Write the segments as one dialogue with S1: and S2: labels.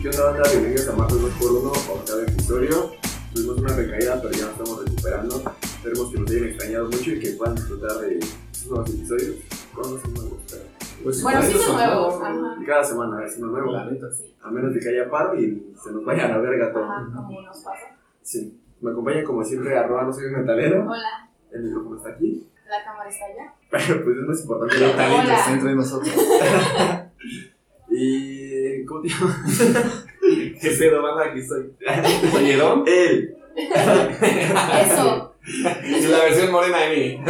S1: ¿Qué onda, banda? Bienvenidos a más de 2x1, octavo episodio. Tuvimos una recaída, pero ya nos estamos recuperando. Esperemos que nos hayan extrañado mucho y que puedan disfrutar de estos nuevos episodios. ¿Cuándo son nuevos? Pero-
S2: Pues,
S3: Bueno, sí
S2: estos
S3: son nuevos, ajá.
S1: Y cada semana es uno nuevo.
S2: La neta.
S1: A menos de que haya paro y se nos vaya a la verga todo.
S3: Ajá, como nos pasa.
S1: Sí. Me acompaña como siempre arroba no soy un metalero.
S3: Hola,
S1: El micrófono está aquí.
S3: la cámara está allá.
S1: Pero pues es más importante
S2: El
S1: la tal.
S2: talento
S3: Hola.
S2: está dentro de nosotros.
S1: Y... ¿Cómo te llamas?
S4: ¿Qué pedo, banda? Aquí estoy. ¿Oyeron?
S1: Él. Ah,
S3: Eso.
S4: Es la versión morena de mí.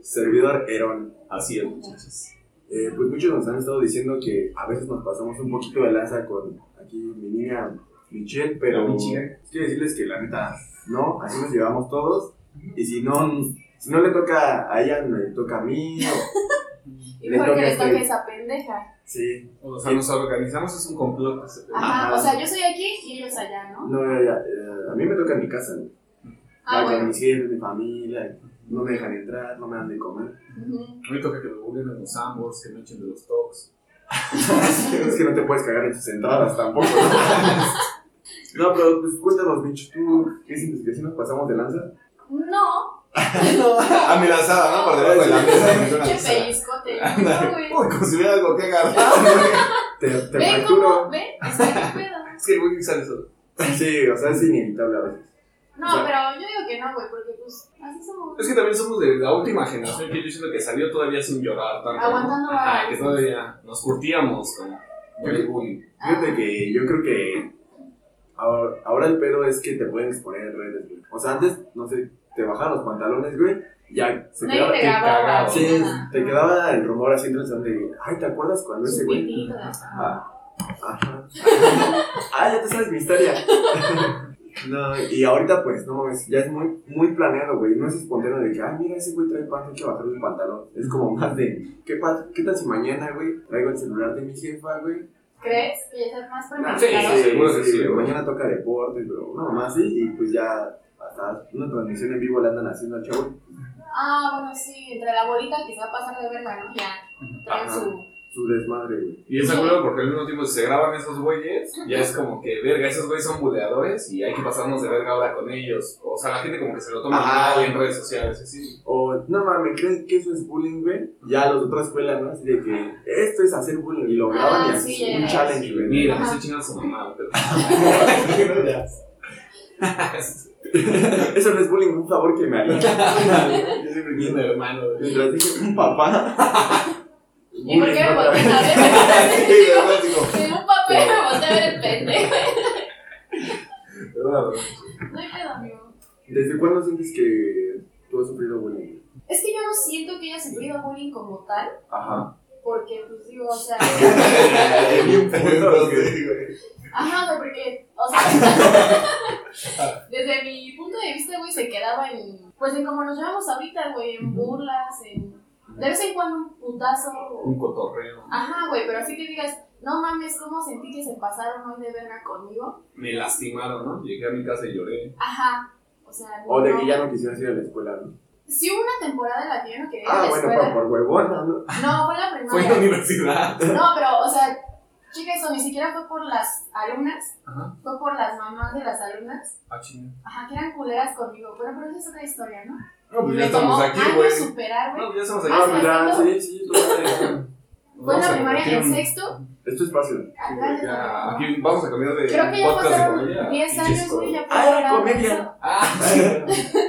S1: Servidor Herón.
S4: Así es, muchachos.
S1: Eh, pues muchos nos han estado diciendo que a veces nos pasamos un poquito de lanza con aquí mi niña Michelle, pero
S4: La Michi.
S1: quiero decirles que la neta, no, así nos llevamos todos. Y si no, si no le toca a ella, me toca a mí. o-
S3: Y
S1: Le
S3: mejor que
S1: toca
S3: les toque
S1: este.
S3: esa pendeja.
S1: sí,
S4: O sea, nos organizamos, es un complot. ese pedo.
S3: Ajá,
S1: Ajá.
S3: o sea, yo soy aquí y ellos allá, ¿no?
S1: no, ya, ya, eh, a mí me toca en mi casa, ¿no?
S3: Ah,
S1: Ya con
S3: bueno.
S1: mis jefes, mi familia, no me dejan entrar, no me dan de comer.
S3: Ujú.
S4: A mí toca que lo burlen en los ambos, que me echen de los tops.
S1: es que no te puedes cagar en tus entradas tampoco. No, No, pero pues cuéntanos, Micho, ¿tú qué sientes que si nos pasamos de lanza?
S3: No,
S4: Amenazada, Ah, ¿no? Por debajo de la mesa. me metió una
S3: qué
S4: amenazada.
S3: pellizcote.
S4: Ándale.
S3: No, güey. Ah.
S4: Uy, como si hubiera algo que agarrar.
S1: Te, te
S3: Ve
S1: fracturo.
S3: cómo, ve, o sea, qué pedo.
S4: es que el güey sale solo.
S1: Sí, o sea, es inevitable a veces.
S3: No, pero yo digo que no, güey, porque pues así somos.
S4: Es que también somos de la última generación que yo siento que salió todavía sin llorar tanto. ¿no?
S3: Aguantando
S4: Ajá,
S3: vara.
S4: que todavía nos curtíamos con con el bullying.
S3: Ah.
S1: Fíjate que yo creo que ahora, ahora el pedo es que te pueden exponer en redes, güey. O sea, antes, no sé, te bajaban los pantalones, güey, y ya se
S3: Nadie
S1: quedaba.
S3: te
S4: que
S3: grababa.
S4: cagado.
S1: sí,
S3: ni nada.
S1: te quedaba el rumor así en el salón de, ay, ¿te acuerdas cuando ese
S3: Su
S1: güey?
S3: pitito, ajá.
S1: Ah, ajá. ah, ya te sabes mi historia. No, y ahorita pues, no mames, ya es muy, muy planeado, güey. No es espontáneo de que, ay, mira, ese güey trae pan, hay que bajarle el pantalón. Es como más de, ¿qué, pa- ¿qué tal si mañana, güey, traigo el celular de mi jefa, güey?
S3: ¿Crees que ya estás más
S1: Nah,
S3: premeditado?
S4: Sí, sí, seguro que sí,
S1: güey.
S4: güey.
S1: Mañana toca deportes, pero no más, sí. Y pues ya, hasta una transmisión en vivo le andan haciendo al chavo
S3: Ah, bueno, sí, entre la bolita que se va a pasar de verga, ¿no? Ya
S4: Ah,
S3: traen
S1: Ajá.
S3: su.
S1: su desmadre, güey.
S4: Y es acuerdo porque al mismo tiempo si se graban esos güeyes, ya es como que, verga, esos güeyes son buleadores y hay que pasarnos de verga ahora con ellos. O sea, la gente como que se lo toma
S1: Ajá.
S4: mal en redes sociales, y así.
S1: O, no mames, ¿crees que eso es bullying, güey? Ya los de otra escuela, ¿no? Así de que esto es hacer bullying y lo
S3: Ah,
S1: graban y
S3: sí,
S1: hacen un
S3: ya, ya,
S1: challenge, güey.
S4: Mira,
S3: Ajá.
S4: no se chingan a su mamá, pero...
S1: Eso no es bullying, un favor que me haría.
S4: Yo siempre quise un hermano. güey.
S1: Mientras dije, un papá.
S3: ¿Y por qué me
S1: Otra
S3: volteas
S1: vez.
S3: a ver?
S4: Sí, de verdad, digo,
S3: En un papel me volteé a ver el pendejo.
S4: de verdad, güey.
S3: No hay pedo, amigo.
S1: ¿Desde cuándo sientes que tú has sufrido bullying?
S3: Es que yo no siento que haya sufrido bullying como tal,
S1: Ajá.
S3: porque, pues digo, o sea.
S1: Bien puto, güey.
S3: Ajá, güey, porque, o sea. desde mi punto de vista, güey, se quedaba en. Pues en como nos llevamos ahorita, güey, en burlas, en. De vez en cuando un putazo. o-
S4: Un cotorreo.
S3: Ajá, güey, pero así que digas, no mames, ¿cómo sentí que se pasaron hoy de verga conmigo?
S4: Me lastimaron, ¿no? Llegué a mi casa y lloré.
S3: Ajá, o sea,
S1: O de
S3: no.
S1: que ya no quisieras ir a la escuela, ¿no?
S3: Sí hubo una temporada en la que yo no quería ir a
S1: Ah,
S3: la
S1: bueno,
S3: escuela.
S1: pero por huevona, ¿no?
S3: No, fue la
S4: Fue en la
S3: primaria.
S4: universidad.
S3: no, pero, o sea, chica, eso ni siquiera fue por las alumnas,
S4: Ajá.
S3: fue por las mamás de las alumnas.
S4: Ah, chinga.
S3: Ajá, que eran culeras conmigo. Bueno, pero esa es otra historia, ¿no?
S4: No, pues
S3: Me
S4: ya estamos
S3: tomó
S4: aquí,
S3: años
S4: güey.
S3: superar,
S4: No,
S3: güey.
S4: pues ya estamos aquí.
S1: Ah,
S3: Ah,
S1: pues ya,
S3: ¿sí?
S1: sí, sí. tú dale.
S3: Fue en
S4: Vamos
S3: la
S4: a
S3: primaria
S4: convertir
S3: en
S4: un-
S3: sexto.
S1: Es tu espacio.
S3: Acá
S4: Ya,
S3: ya-
S4: aquí vamos a cambiar de
S3: Creo que ya
S4: podcast de
S3: pasaron
S4: comedia.
S3: 10 años,
S4: Chisco.
S3: güey, ya
S1: Ah, era
S3: pasaron
S1: comedia.
S3: eso.
S4: Ah,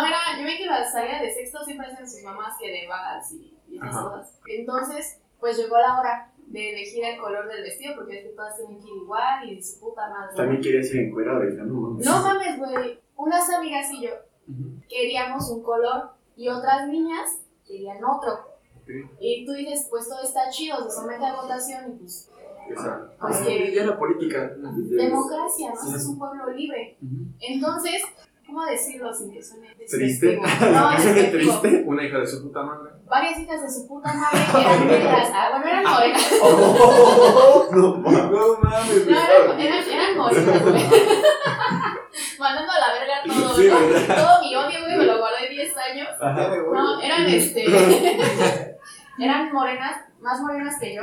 S3: No, era, yo vi que la salida de sexto siempre hacen sus mamás que de vagas y, y esas
S4: Ajá.
S3: cosas. Entonces, pues llegó la hora de elegir el color del vestido, porque es que todas tienen que ir igual y su puta madre.
S1: También quería ser encuerado, ¿no? No mames.
S3: No mames, güey. Unas amigas y yo
S4: Ujú.
S3: queríamos un color y otras niñas querían otro.
S4: Ok.
S3: Y tú dices, pues todo está chido, se somete a votación y pues
S1: O sea,
S3: Pues
S1: ah,
S3: sí.
S1: ya la política.
S3: democracia, ¿no?
S1: Sí.
S3: Es un pueblo libre.
S4: Ujú.
S3: Entonces, ¿cómo decirlo sin que suene
S1: Triste.
S3: despectivo? No, es
S1: Triste.
S4: Una hija de su puta madre.
S3: varias hijas de su puta madre que eran negras. Ah, bueno, eran morenas.
S1: No mames.
S4: No mames,
S3: No, eran, eran, eran morenas, güey. Mandando a la verga todo,
S1: Sí,
S3: ¿no?
S1: ¿verdad?
S3: Todo mi odio, güey, me lo guardé 10 años. No, eran este. eran morenas, más morenas que yo.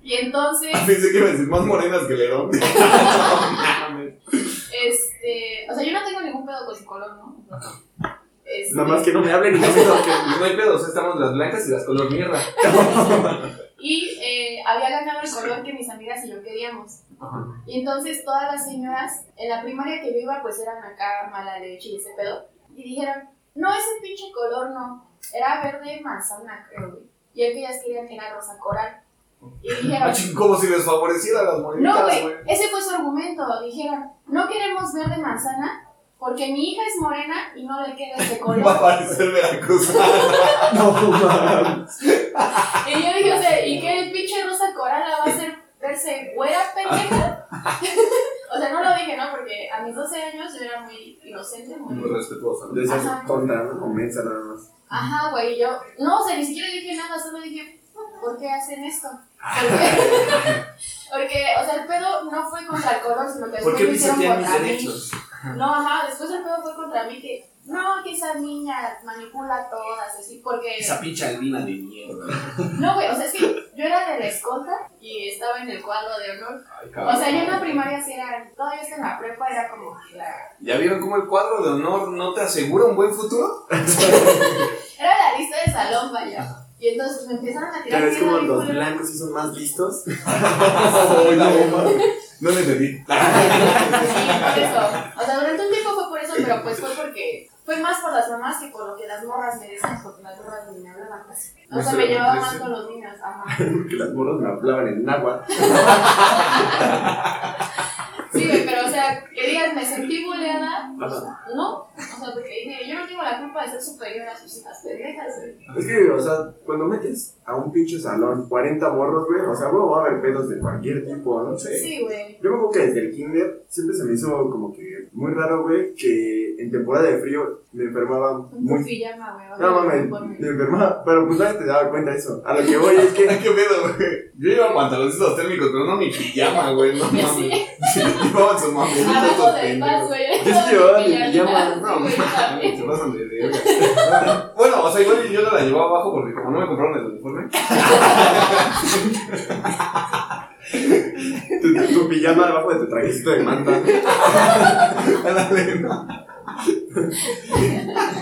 S3: Y entonces,
S1: Pensé que iba a decir más morenas que Lerón.
S3: este, o sea, yo no tengo ningún pedo con su color, ¿no? Este,
S1: Nada más que no me hablen y no sé lo que.
S4: No hay pedo, o sea, estamos las blancas y las color mierda.
S3: Y eh, había ganado el color que mis amigas y yo queríamos.
S4: Ajá.
S3: Y entonces todas las señoras en la primaria que yo iba, pues eran acá mala leche y ese pedo. Y dijeron, no, ese pinche color no. Era verde manzana, creo, güey. Y el que ellas querían era rosa coral. Y dijeron,
S4: Ah, ching, ¿Cómo si les favoreciera a las
S3: no,
S4: morenitas,
S3: güey,
S4: güey?
S3: ese fue su argumento. Dijeron, no queremos verde manzana porque mi hija es morena y no le queda ese color.
S4: Va a parecer Veracruz.
S1: No, mames.
S3: Y yo dije, o sea, ¿y qué el pinche rosa coral la va a hacer verse güera pendeja? o sea, no lo dije, ¿no? Porque a mis 12 años yo era muy inocente,
S4: Muy
S3: muy...
S4: respetuosa. ¿no?
S1: De esas
S3: Ajá.
S1: tonta, ¿no? O mensa nada más.
S3: Ajá, güey, y yo... No, o sea, ni siquiera dije nada, solo dije, "Mm, ¿por qué hacen esto? Porque, porque, o sea, el pedo no fue contra el color, sino que
S4: ¿Por
S3: después
S4: qué
S3: lo hicieron eh.
S4: pisotean mis
S3: contra mí.
S4: derechos?
S3: No, ajá, después el pedo fue contra mí que... No, que esa niña manipula a todas, así, porque...
S4: Esa pinche albina de mierda.
S3: No, güey, o sea, es que yo era de la escolta y estaba en el cuadro de honor.
S4: Ay,
S3: O
S4: cabrón.
S3: sea, yo en la primaria sí era, todavía está en la prepa, era como la...
S4: ¿Ya vieron cómo el cuadro de honor no te asegura un buen futuro?
S3: Era la lista de salón, vaya. Y entonces me empezaron a tirar
S1: Pero es
S3: mierda
S1: como
S3: bien
S1: los
S3: culero.
S1: blancos sí son más listos.
S4: No le entendí.
S3: Sí, por eso. O sea, durante un tiempo fue por eso, pero pues fue porque... Fue más por las mamás que por lo que las morras merecen, porque las morras ni me hablaban casi. O
S4: No
S3: sea,
S4: se
S3: me
S4: lo
S3: llevaba más
S4: merecen.
S3: con los niños, ajá.
S1: Porque las morras me hablaban en agua.
S3: Sí, güey, pero o sea, que digas, me sentí buleada, pues, no. O sea, porque dije, yo no tengo la culpa de ser superior a sus hijas pendejas, güey.
S1: Es que, o sea, cuando metes a un pinche salón 40 morros, güey, o sea, güey, va a haber pedos de cualquier tipo, no sé.
S3: Sí, güey.
S1: Yo me acuerdo que desde el kinder siempre se me hizo como que muy raro, güey, que en temporada de frío me enfermaba
S3: Un
S1: muy...
S3: pijama, güey.
S1: No mames, me enfermaba, pero pues nadie te daba cuenta de eso. A lo que voy es que...
S4: ¿Qué pedo, güey? Yo llevaba pantaloncitos térmicos, pero no mi pijama, güey. No mames.
S3: Y así,
S4: Llevaban sus mamulitos
S3: abajo
S4: estos
S3: del
S4: pendejos.
S3: paz, güey.
S1: Yo sí llevaba mi pijama,
S3: Y así,
S4: No,
S3: güey,
S4: mames, se pasan de verga. Bueno, o sea, igual yo no la llevaba abajo porque como no me compraron el uniforme.
S1: Tu, tu- tu pijama debajo de tu trajecito de manta.
S4: ándale, no.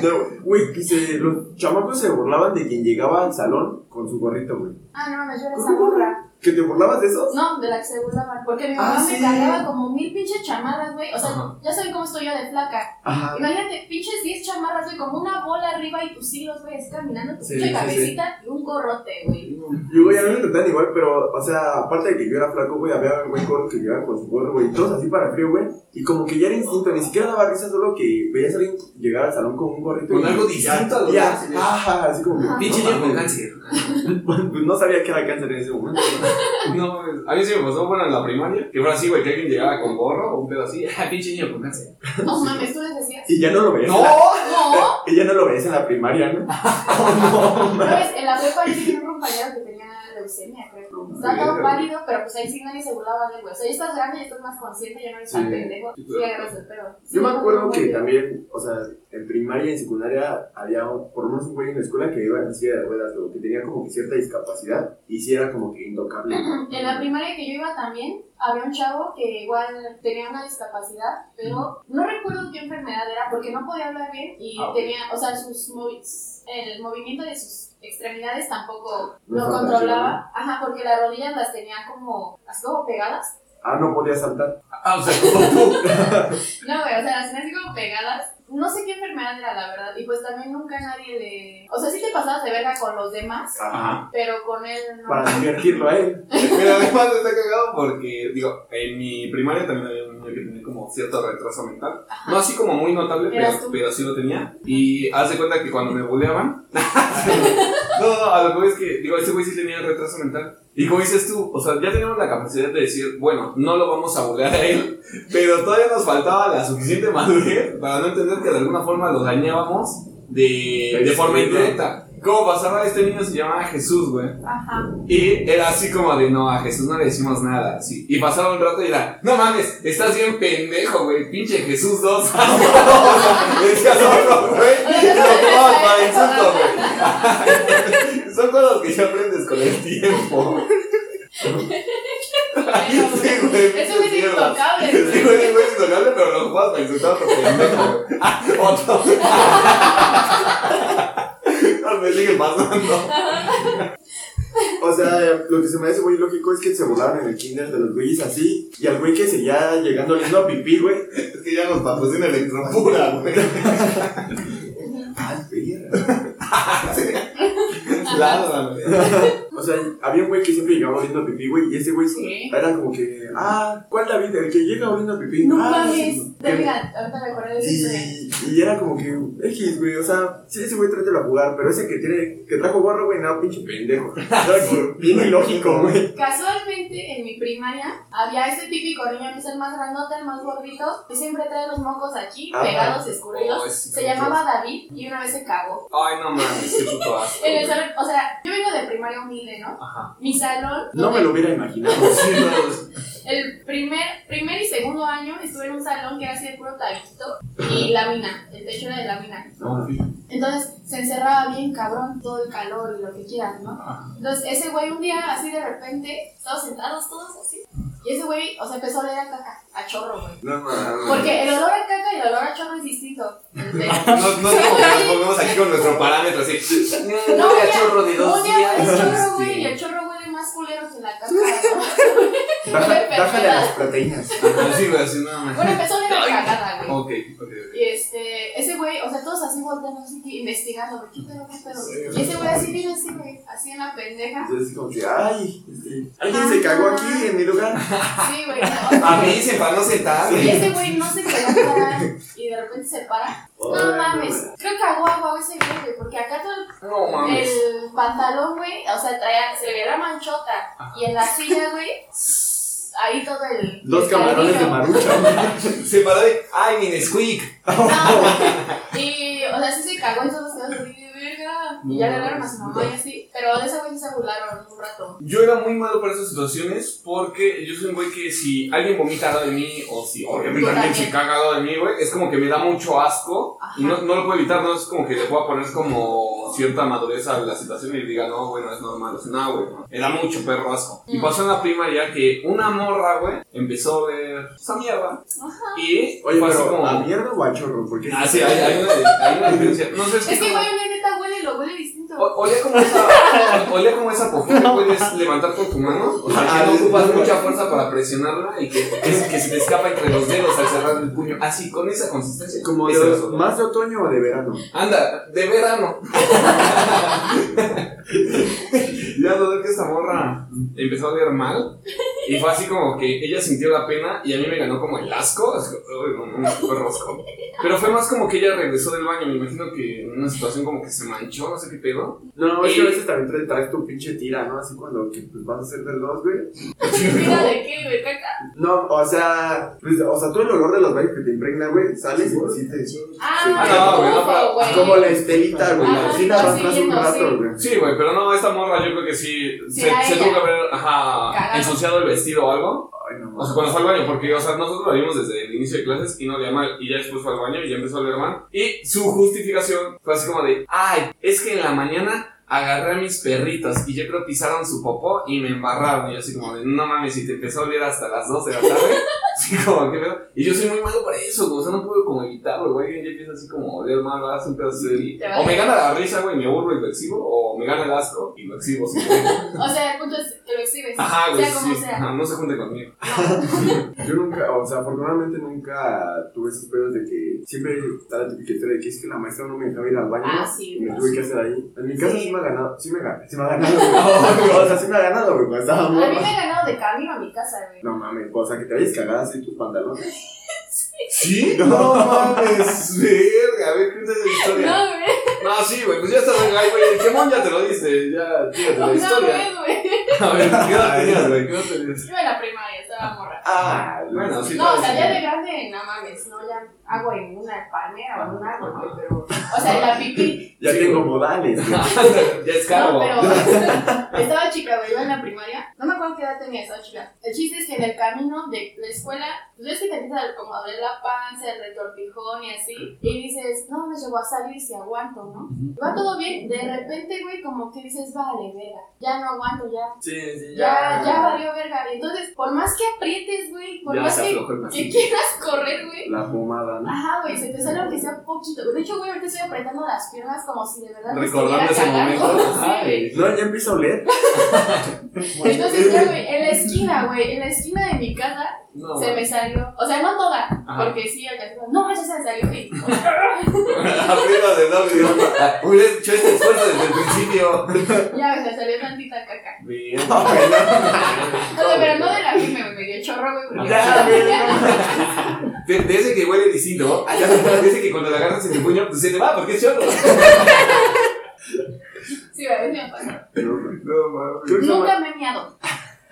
S1: No, güey, que se- los chamacos se burlaban de quien llegaba al salón con su gorrito, güey.
S3: Ah, no mames, yo era esa burra.
S1: ¿Que te burlabas de eso?
S3: No, de la que se burlaban. Porque mi
S1: Ah,
S3: mamá me
S1: sí.
S3: cargaba como mil pinches chamarras, güey. O sea,
S4: Ajá.
S3: ya saben cómo estoy yo de flaca.
S1: Ajá.
S3: Imagínate, pinches 10 chamarras, güey, como una bola arriba y tus hilos, güey, así caminando, tu
S1: Sí,
S3: pinche
S1: sí,
S3: cabecita y un gorrote, güey.
S1: Yo, güey, a mí me trataban igual, pero, o sea, aparte de que yo era flaco, güey, había un güey gordo que llegaba con su gorro, güey, todos así para frío, güey. Y como que ya era instinto, ni siquiera daba risa, solo que veías a alguien llegar al salón con un gorrito.
S4: Con
S1: y-
S4: algo
S1: y
S4: distinto
S1: ya-
S4: a lo que
S1: ya,
S4: hace.
S1: ajá, así como. que,
S3: Ajá.
S4: Pinche
S1: no,
S4: niño con
S1: mames.
S4: cáncer.
S1: Pues no sabía que era cáncer en ese momento.
S4: No, es- a mí sí me pasó, bueno, en la primaria. Que fue así, güey, que alguien llegaba con gorro o un pedo así. Ah, pinche niño con cáncer.
S3: No mames, tú les decías.
S1: Y ya no lo veías. en la-
S4: ¡No!
S3: No,
S1: Y ya no lo veías en la primaria, ¿no?
S3: ¿no ves? En la prepa yo tenía un compañero que tenía leucemia, creo. Estaba todo pálido, pero pues ahí sí nadie se burlaba de él, güey. O sea, ya estás grande, ya estás más consciente, ya no eres tan
S1: Sí.
S3: pendejo.
S4: Sí,
S3: Sí, agarras el pedo.
S1: Yo me acuerdo que
S3: Sí.
S1: también, o sea, en primaria y en secundaria había un- por lo menos un güey en la escuela que iba en silla de ruedas o que tenía como que cierta discapacidad y sí era como que intocable.
S3: En la primaria que yo iba también, había un chavo que igual tenía una discapacidad, pero no recuerdo qué enfermedad era porque no podía hablar bien y
S4: Ah, ok.
S3: tenía, o sea, sus movi- el movimiento de sus extremidades tampoco
S1: No
S3: lo
S1: estaba
S3: controlaba. Ajá, porque las rodillas las tenía como, así como pegadas.
S1: Ah, no podía saltar.
S4: Ah, o sea, como tú.
S3: No, güey, o sea, las tenía así como pegadas. No sé qué enfermedad era, la verdad. Y pues también nunca nadie le... O sea, sí te pasabas de verga con los demás,
S4: Ah,
S1: Ajá.
S3: pero con él no.
S1: Para divertirlo a él.
S4: Pero además está cagado porque, digo, en mi primaria también había un niño que tenía como cierto retraso mental. No así como muy notable, pero,
S3: Eras tú.
S4: pero sí lo tenía. Y haz de cuenta que cuando me buleaban. no, no, a lo que voy es que, digo, este güey sí tenía retraso mental. Y como dices tú, o sea, ya teníamos la capacidad de decir, bueno, no lo vamos a bulear a él, pero todavía nos faltaba la suficiente madurez para no entender que de alguna forma lo dañábamos de, de forma indirecta. ¿Cómo pasaba? Este niño se llamaba Jesús, güey.
S3: Ajá.
S4: Y era así como de, no, a Jesús no le decimos nada. así. Y pasaba un rato y era, no mames, estás bien pendejo, güey, pinche Jesús 2. Decías otro, güey, y lo tomabas para insulto, güey. Son cosas que ya aprendes con el tiempo.
S3: Eso
S4: güey.
S3: es intocable,
S4: Sí,
S3: güey.
S4: güey, es güey es intocable, pero los juegas me insultaban por pendejo, güey. Ah, otro. Ah, me sigue pasando.
S1: O sea, lo que se me hace muy lógico es que se volaron en el kinder de los güeyes así. Y al güey que seguía llegando lindo a pipí, güey.
S4: Es que ya nos patrocina Electropura, güey.
S1: Ay, perra.
S4: Ládrame.
S1: O sea, había un güey que siempre llegaba oliendo a pipí, güey. Y ese güey
S3: Sí.
S1: era como que, ah, ¿cuál David? El que llega oliendo a pipí.
S3: No
S1: Ah,
S3: mames.
S1: sí.
S3: Te- Mira, ahorita me acordé de esa historia.
S1: Y, y era como que, X, güey, o sea, sí, ese güey trátelo a jugar, pero ese que tiene, que trajo gorro, güey, no, pinche pendejo. Era como bien ilógico, güey.
S3: Casualmente en mi primaria había ese típico niño que es el más grandote, el más gordito, que siempre trae los mocos aquí,
S1: Ajá.
S3: pegados, escurridos.
S4: Oh, sí,
S3: se
S4: qué
S3: llamaba David y una vez se cagó.
S4: Ay, no mames, qué puto asco.
S3: En el
S4: güey.
S3: salón, o sea, yo vengo de primaria humilde, ¿no?
S4: Ajá.
S3: Mi salón,
S1: No me lo hubiera imaginado.
S4: Sí, no,
S3: el primer, primer y segundo año estuve en un salón que era así de puro taquito y lámina, el techo era de lámina.
S1: No,
S3: Entonces se encerraba bien cabrón todo el calor y lo que quieras, ¿no? Entonces ese güey un día así de repente, todos sentados todos así, y ese güey, o sea, empezó a leer a caca, a chorro, güey.
S1: no, mames.
S3: Porque el olor a caca y el olor a chorro es distinto. Este,
S4: No, no es como que nos pongamos aquí con nuestro parámetro así.
S3: No,
S2: voy
S3: ya,
S2: a chorro de dos
S3: Un día huele
S2: días.
S4: Este,
S3: chorro, güey, y el chorro huele más culero que la caca. ¿no?
S1: Baja- bájale a las proteínas.
S4: Ajá, sí, güey, así, no mames.
S3: Bueno, empezó a leer a cagada, güey.
S4: Ok, ok, ok.
S3: Y este, ese güey, o sea, todos así volteando, así, investigando, güey, ¿qué pedo, qué pedo? Y ese güey así, mira así, güey, así en la pendeja.
S1: Entonces, como que, ay, este, alguien
S3: Ah.
S1: se cagó aquí en mi lugar.
S3: Sí, güey.
S4: A mí se para no sentarme.
S3: Y ese güey no se quedó parar y de repente se para. No mames, creo que hago agua ese güey, güey, porque acá todo el
S4: No mames.
S3: El pantalón, güey, o sea, traía, se le veía la manchota. Y en la silla, güey, ahí todo el.
S1: Dos
S3: el
S1: camarones de
S3: caldillo.
S1: marucha.
S4: Se paró y. ¡Ay, mi Nesquik!
S3: No, Y, o sea, sí se cagó y todos se quedaron así de verga. Y ya le hablaron a su mamá y así. Pero de esa güey sí se burlaron un rato.
S4: Yo era muy malo para esas situaciones porque yo soy un güey que si alguien vomita al lado de mí o si obviamente
S3: Yo
S4: alguien
S3: también.
S4: se caga al lado de mí, güey, es como que me da mucho asco y no, no lo puedo evitar, no es como que le pueda poner como cierta madurez a la situación y diga, no, bueno, es normal, es no, güey, no. me da mucho perro asco. Y
S3: Mm.
S4: pasó en la primaria que una morra, güey, empezó a ver esa mierda y
S1: Oye,
S4: fue así
S1: pero,
S4: como...
S1: ¿a mierda o a chorro? Porque
S4: Ah, sí, hay, hay una, hay una diferencia. No sé,
S3: Es que, güey, una neta huele y lo huele distinto.
S4: O- Olía como esa, olía como esa cojita que puedes levantar con tu mano, o sea,
S1: Ah,
S4: que no ocupas mucha fuerza para presionarla y que, que- que se te escapa entre los dedos al cerrar el puño, así, con esa consistencia.
S1: como
S4: Ese
S1: de-
S4: es otro.
S1: más de otoño o de verano.
S4: Anda, de verano. ya dudé que esta morra empezó a oler mal y fue así como que ella sintió la pena y a mí me ganó como el asco. así como, "Ay, no, no, no, qué perro asco". Pero fue más como que ella regresó del baño, me imagino que en una situación como que se manchó, no sé qué pedo.
S1: No, es que a
S4: Y-
S1: veces también traes, traes tu pinche tira, ¿no? Así cuando que, pues, vas a hacer del dos, güey.
S3: Mira de qué, güey, caca.
S1: No, o sea, pues, o sea, tú el olor de los baños que te impregna, güey, sales y pues, sí te...
S3: Ah,
S4: no, güey, no,
S3: bufo,
S4: para-
S1: Como
S3: güey.
S1: la estelita, güey,
S3: Ajá,
S1: así
S3: sí,
S1: la arrastras
S3: sí,
S1: un
S3: no, sí.
S1: rato, güey.
S4: Sí, güey, pero no, esta morra yo creo que sí,
S3: Sí,
S4: se,
S3: a
S4: se
S3: ella.
S4: tuvo que haber ajá,
S3: Cagado.
S4: ensuciado el vestido o algo.
S1: Ay, no,
S4: O sea, cuando fue al baño, porque o sea, nosotros lo vimos desde el inicio de clases y no olía mal. Y ya después fue al baño y ya empezó a oler mal. Y su justificación fue así como de, ay, es que en la mañana agarré a mis perritos y yo creo pisaron su popó y me embarraron. Y yo así como de, no mames, si te empezó a oler hasta las 2 de la tarde. así como, qué pedo. Y yo soy muy malo para eso, güey, o sea, no puedo como evitarlo, güey. Yo empiezo así como a oler mal, ¿verdad? Siempre así.
S3: Te vale.
S4: O me gana la risa, güey, me aburro y lo exhibo. O me gana el asco y lo exhibo. sí, güey.
S3: O sea, el punto es que lo exhibes.
S4: Ajá, güey,
S3: Sea como
S4: sí.
S3: sea.
S4: Ajá, no se junte conmigo.
S1: Yo nunca, o sea, afortunadamente nunca tuve esos pedos de que siempre estaba la típica historia de que es que la maestra no me dejaba ir al baño
S3: Ah, sí,
S1: y me
S3: no,
S1: tuve
S3: sí.
S1: que hacer ahí. En mi casa sí,
S3: Sí.
S1: me ha ganado, sí me, gana, sí me ha ganado, güey. o sea, sí me ha ganado, güey, cuando estaba
S3: A mí me
S1: morra.
S3: he ganado de camino a mi casa, güey.
S1: No mames, o sea, que te vayas cagada así tus pantalones.
S4: ¿Sí? No mames, verga, a ver, cuéntame la historia.
S3: No, güey.
S4: No, sí, güey, pues ya está, güey, ay, güey, el quemón ya te lo dice, ya, tírate la
S3: No,
S4: historia.
S3: güey, güey.
S4: A ver, ¿qué edad tenías, güey? ¿Qué edad tenías?
S3: Yo en la primaria estaba morra.
S1: Ah,
S4: bueno, sí.
S3: No, o sea, ya de grande, no mames, no, ya. agua en una palmera o en un árbol, güey, pero. O sea, la pipí.
S1: Ya
S4: Sí,
S1: tengo
S4: güey.
S1: modales.
S4: ya es caro.
S3: No, pero estaba chica, güey, iba en la primaria. No me acuerdo qué edad tenía, estaba chica. El chiste es que en el camino de la escuela, pues ves que te empieza a como a doler la panza, el retortijón y así. Y dices, no, me llegó a salir si aguanto, ¿no? Va todo bien, de repente, güey, como que dices, vale, verga, ya no aguanto, ya.
S4: Sí, sí,
S3: Ya, ya valió verga. Y Entonces, por más que aprietes, güey, por
S4: Ya
S3: más
S4: se
S3: que,
S4: aflojó el
S3: que
S4: bracito.
S3: quieras correr, güey.
S1: La pomada, ¿no?
S3: Ajá, güey, se te sale aunque sea poquito. De hecho, güey, ahorita estoy apretando las piernas como si de verdad me
S4: Recordando ese
S3: estuviera
S4: momento.
S3: cagando. Sí, güey.
S4: Ay,
S1: No, ya empieza a oler.
S3: Entonces, ya, güey, en la esquina, güey, en la esquina de mi casa
S4: no.
S3: se me salió. O sea, no toda,
S4: Ajá.
S3: porque sí, acá no, ya se me salió. Y,
S4: Arriba de W. Hubiera hecho este esfuerzo desde el principio.
S3: ya, se me salió tantita caca.
S4: Bien.
S3: O sea, pero no de la que me, me dio chorro, güey, porque
S4: Ya, güey, De, de ese que huele distinto, ¿no? de ese que cuando la agarras en el puño, pues se te va porque es chorro.
S3: sí, güey, a veces me pasa.
S4: No, mames.
S1: Creo que
S3: Nunca me he miado.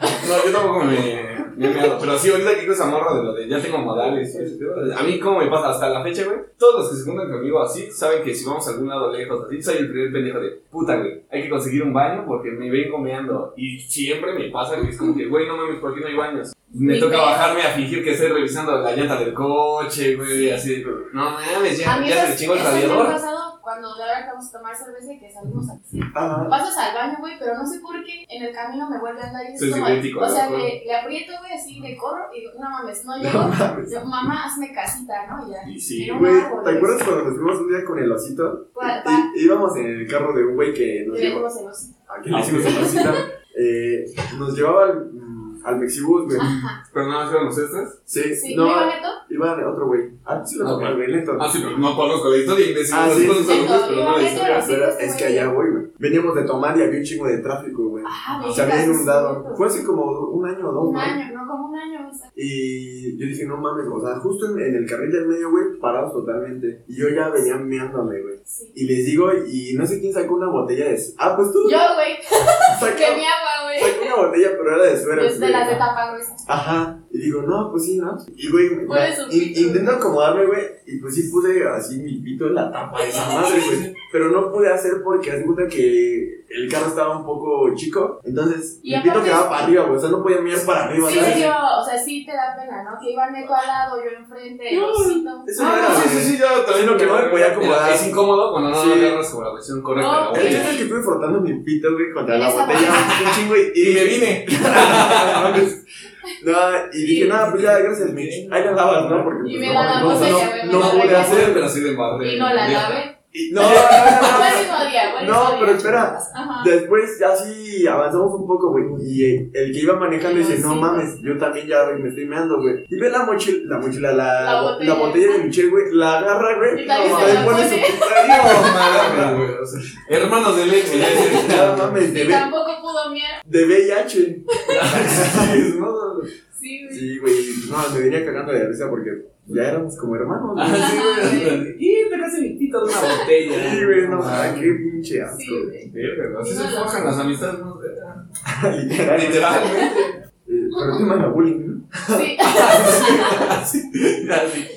S4: No, yo tampoco me, me he meado. Pero sí, ahorita que digo esa morra de lo de ya tengo modales. y ese pedo, A mí, ¿cómo me pasa? Hasta la fecha, güey. Todos los que se juntan conmigo así saben que si vamos a algún lado lejos, así soy el primer pendejo de puta, güey. Hay que conseguir un baño porque me vengo meando. Y siempre me pasa, güey. Es como que, güey, no mames, ¿por qué no hay baños? Me
S3: Ni
S4: toca
S3: pedo.
S4: bajarme a fingir que estoy revisando la llanta del coche, güey. Así, no mames, ya,
S3: A mí
S4: ya se
S3: esas-
S4: le chingó el
S3: esas me han
S4: radiador.
S3: pasado cuando de verdad vamos a tomar cerveza y que salimos a
S1: Ah,
S3: Pasas al baño, güey, pero no sé por qué en el camino me vuelve a andar y es
S4: Es
S3: como,
S4: idéntico,
S3: o sea,
S4: ¿no?
S3: le, le aprieto, güey, así, le corro y digo, no mames, no llego.
S1: no mames.
S3: Yo, Mamá, hazme casita, ¿no? Y ya.
S4: Y sí,
S3: Era un
S1: Güey,
S3: árbol,
S1: ¿te
S3: güey.
S1: acuerdas cuando nos fuimos un día con el osito?
S3: ¿Cuál?
S1: I- íbamos en el carro de un güey que nos
S3: Le
S1: llevó.
S3: dijimos el oso.
S1: ¿A que le hicimos el osito? Eh, nos llevaba al, mm, al Mexibus, güey.
S4: pero nada más fueron los extras.
S1: Sí,
S3: Ah, Sí,
S1: no,
S3: ¿no iba neto?
S1: iba otro güey. Ah, sí lo
S4: Ah,
S1: tocó el güey, Neto.
S4: Ah, sí, pero no conozco la historia, imbécil.
S1: Ah,
S4: no
S1: sí,
S4: conozco
S1: sí,
S4: los
S1: sí.
S4: nombres, pero no la
S3: Obviamente
S4: historia.
S1: Pero
S3: sí, este
S1: es que
S3: güey.
S1: allá voy, güey. Veníamos de tomar y había un chingo de tráfico, güey.
S3: Ah,
S1: Se
S3: mira,
S1: había
S3: sí,
S1: inundado.
S3: cierto.
S1: Fue hace como un año o dos,
S3: Un
S1: ¿no?
S3: año, no, como un año. esa.
S1: Y yo dije, no mames, o sea, justo en, en el carril del medio, güey, parados totalmente. Y yo ya venía meándome, güey.
S3: Sí.
S1: Y les digo, y no sé quién sacó una botella de. s- Ah, pues tú.
S3: Yo, güey,
S1: Sacó,
S3: que mi agua, güey.
S1: sacó una botella, pero era de suero.
S3: Pues de
S1: güey.
S3: las de tapa gruesa.
S1: Ajá. Y digo, no, pues sí, ¿no? Y, güey,
S3: ¿Cuál
S1: la-
S3: es su
S1: in-
S3: pito?
S1: intento acomodarme, güey. Y pues sí puse así mi pito en la tapa de esa madre, güey. Pero no pude hacer porque haz de cuenta que el carro estaba un poco chico. Entonces,
S3: Y
S1: mi pito
S3: aparte-
S1: quedaba para arriba, güey. O sea, no podía mirar para arriba,
S3: Sí,
S1: ¿sabes?
S3: sí, o sea, sí te da pena, ¿no? Que iba neto al lado, yo enfrente, el
S1: No,
S3: osito.
S1: eso no
S4: Ah, no,
S1: era,
S4: sí, sí,
S1: güey.
S4: sí, yo también
S1: Sino que no me podía acomodar.
S4: Es incómodo cuando no
S1: Sí.
S4: agarras como la versión correcta.
S3: No,
S4: la
S1: El
S4: buena.
S1: chiste es que estuve frotando mi pito, güey, contra la
S3: Esa
S1: botella un chingo y, pues,
S4: Y me vine.
S1: no, y dije, nada, pues ya, gracias, Mitch. Ahí la lavas, ¿no? Porque
S3: Y
S1: pues, no,
S3: me da la
S1: no,
S3: cosa
S1: no,
S3: y ya me
S1: no
S3: la
S1: pude
S3: regla.
S1: hacer.
S4: pero así de embarré.
S3: Y no la
S4: Ya.
S3: lavé.
S1: Y- no, no, no,
S3: Fue
S1: no,
S3: el mismo día, fue el
S1: No,
S3: mismo día.
S1: pero espera.
S3: Ajá.
S1: Después ya sí avanzamos un poco, güey. Y eh, el que iba manejando dice, no mames, yo también ya güey, me estoy meando, güey. Y ve la mochila, la mochila, la,
S3: La
S1: bo-
S3: botella.
S1: botella de Michelle, güey. La agarra, güey.
S3: Y
S1: No,
S3: también
S4: se
S1: mames,
S3: la
S1: pone su
S3: pone.
S1: pizarrillo.
S4: No mames, güey, o sea, Hermanos de leche. ya
S1: No
S4: es-
S1: mames, de,
S3: Y
S1: V-
S3: tampoco pudo mirar.
S1: de VIH.
S3: Sí, güey.
S1: Sí, güey. No, me venía cagando de risa porque ya éramos como hermanos, güey.
S4: Ah, sí, güey. Y tocaste mi pito de una botella.
S1: Sí, güey, no,
S4: Ah,
S1: ay, qué pinche asco.
S3: Sí, güey.
S4: verga, Así se forjan las amistades. ¿no? Literal.
S1: Literal. Eh, Pero el tema de la bullying, ¿no?
S3: Sí.
S4: Así.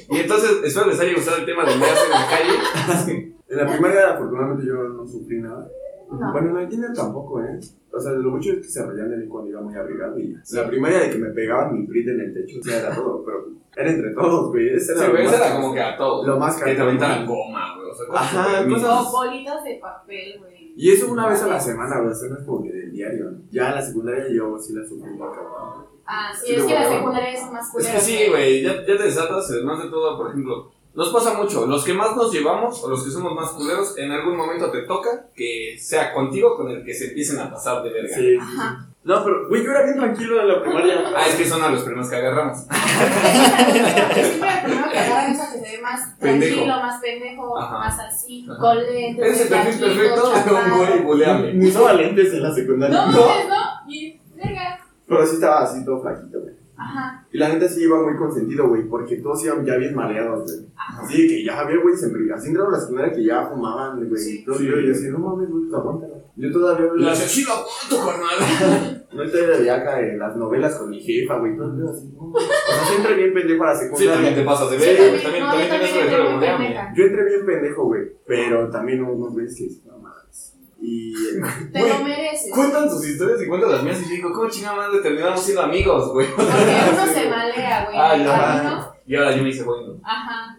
S4: Y entonces, espero les haya gustado el tema de mearse en la calle.
S1: En la primaria, afortunadamente, yo no sufrí nada.
S3: No.
S1: Bueno, en la kinder tampoco, ¿eh? O sea, lo mucho es que se reían de mí cuando iba muy arriesgado y ya. La primaria de que me pegaban mi print en el techo, o sea, era todo, pero era entre todos, güey. Ese era
S4: Sí,
S1: lo
S4: güey,
S1: más
S4: eso era
S1: caro.
S4: como que a todos.
S1: Lo más
S4: Que te
S1: caro.
S4: aventaran goma, güey. O sea, cosas
S1: Ajá,
S4: súper
S1: cosas-
S4: mínimas.
S3: O bolitas de papel, güey.
S1: Y eso una vez a la semana, güey, eso no es como que del diario. ¿no? Ya en la secundaria yo sí la sufrí, muy cabrón.
S3: Ah, sí,
S1: Sí,
S3: es
S1: lo
S3: que la
S1: guardaba.
S3: secundaria es más
S4: Es
S3: culera.
S4: que sí, güey, ya, ya te desatas, además de todo, por ejemplo, nos pasa mucho, los que más nos llevamos o los que somos más culeros, en algún momento te toca que sea contigo con el que se empiecen a pasar de verga.
S1: Sí.
S3: Ajá.
S1: No, pero, güey, yo era bien tranquilo en la primaria.
S4: Ah, es que son a los primeros que agarramos.
S3: Siempre el primero que agarran es al que se ve más
S4: Pendejo.
S3: tranquilo, más pendejo,
S4: Ajá.
S3: más así,
S4: Ajá.
S3: con lentes.
S4: Eres el perfil
S3: flaquito,
S4: perfecto de un
S3: chaparro.
S4: güey buleable.
S1: Ni usaba lentes en la secundaria.
S3: No, mames, no. Y verga.
S1: Pero sí estaba así todo flaquito, güey.
S3: Ajá.
S1: Y la gente sí iba muy consentido, güey, porque todos iban ya bien maleados, güey. Así que ya había, güey, se embriagaban. Así entraron la secundaria que ya fumaban, güey.
S3: Sí.
S1: Entonces
S4: Sí.
S1: yo, yo decía, no mames, güey, pues aguántala. Yo todavía
S4: Y
S1: hablaba.
S4: dice, sí lo aguanto, carnal.
S1: No estoy de viaca en las novelas con mi jefa, güey. todo el pedo así, no. O sea, sí entré bien pendejo a la
S4: Sí, también
S1: secundaria.
S4: te pasas de
S3: Sí,
S4: ver,
S3: también,
S4: también,
S3: no, yo
S4: también tienes
S3: también
S4: que ver
S3: entré
S4: la
S3: muy
S4: moneda.
S3: pendeja.
S1: Yo entré bien pendejo, güey. Pero también hubo unos güeyes que dicen, no mames. Y.
S3: Te
S4: Güey,
S3: lo mereces.
S4: Cuentan sus historias y cuentan las mías y yo digo, ¿cómo chingada madre terminamos siendo amigos, güey?
S3: Porque uno se malea, güey.
S4: Ah,
S3: en el
S4: ya.
S3: camino.
S4: Y ahora yo me hice bueno.
S3: Ajá.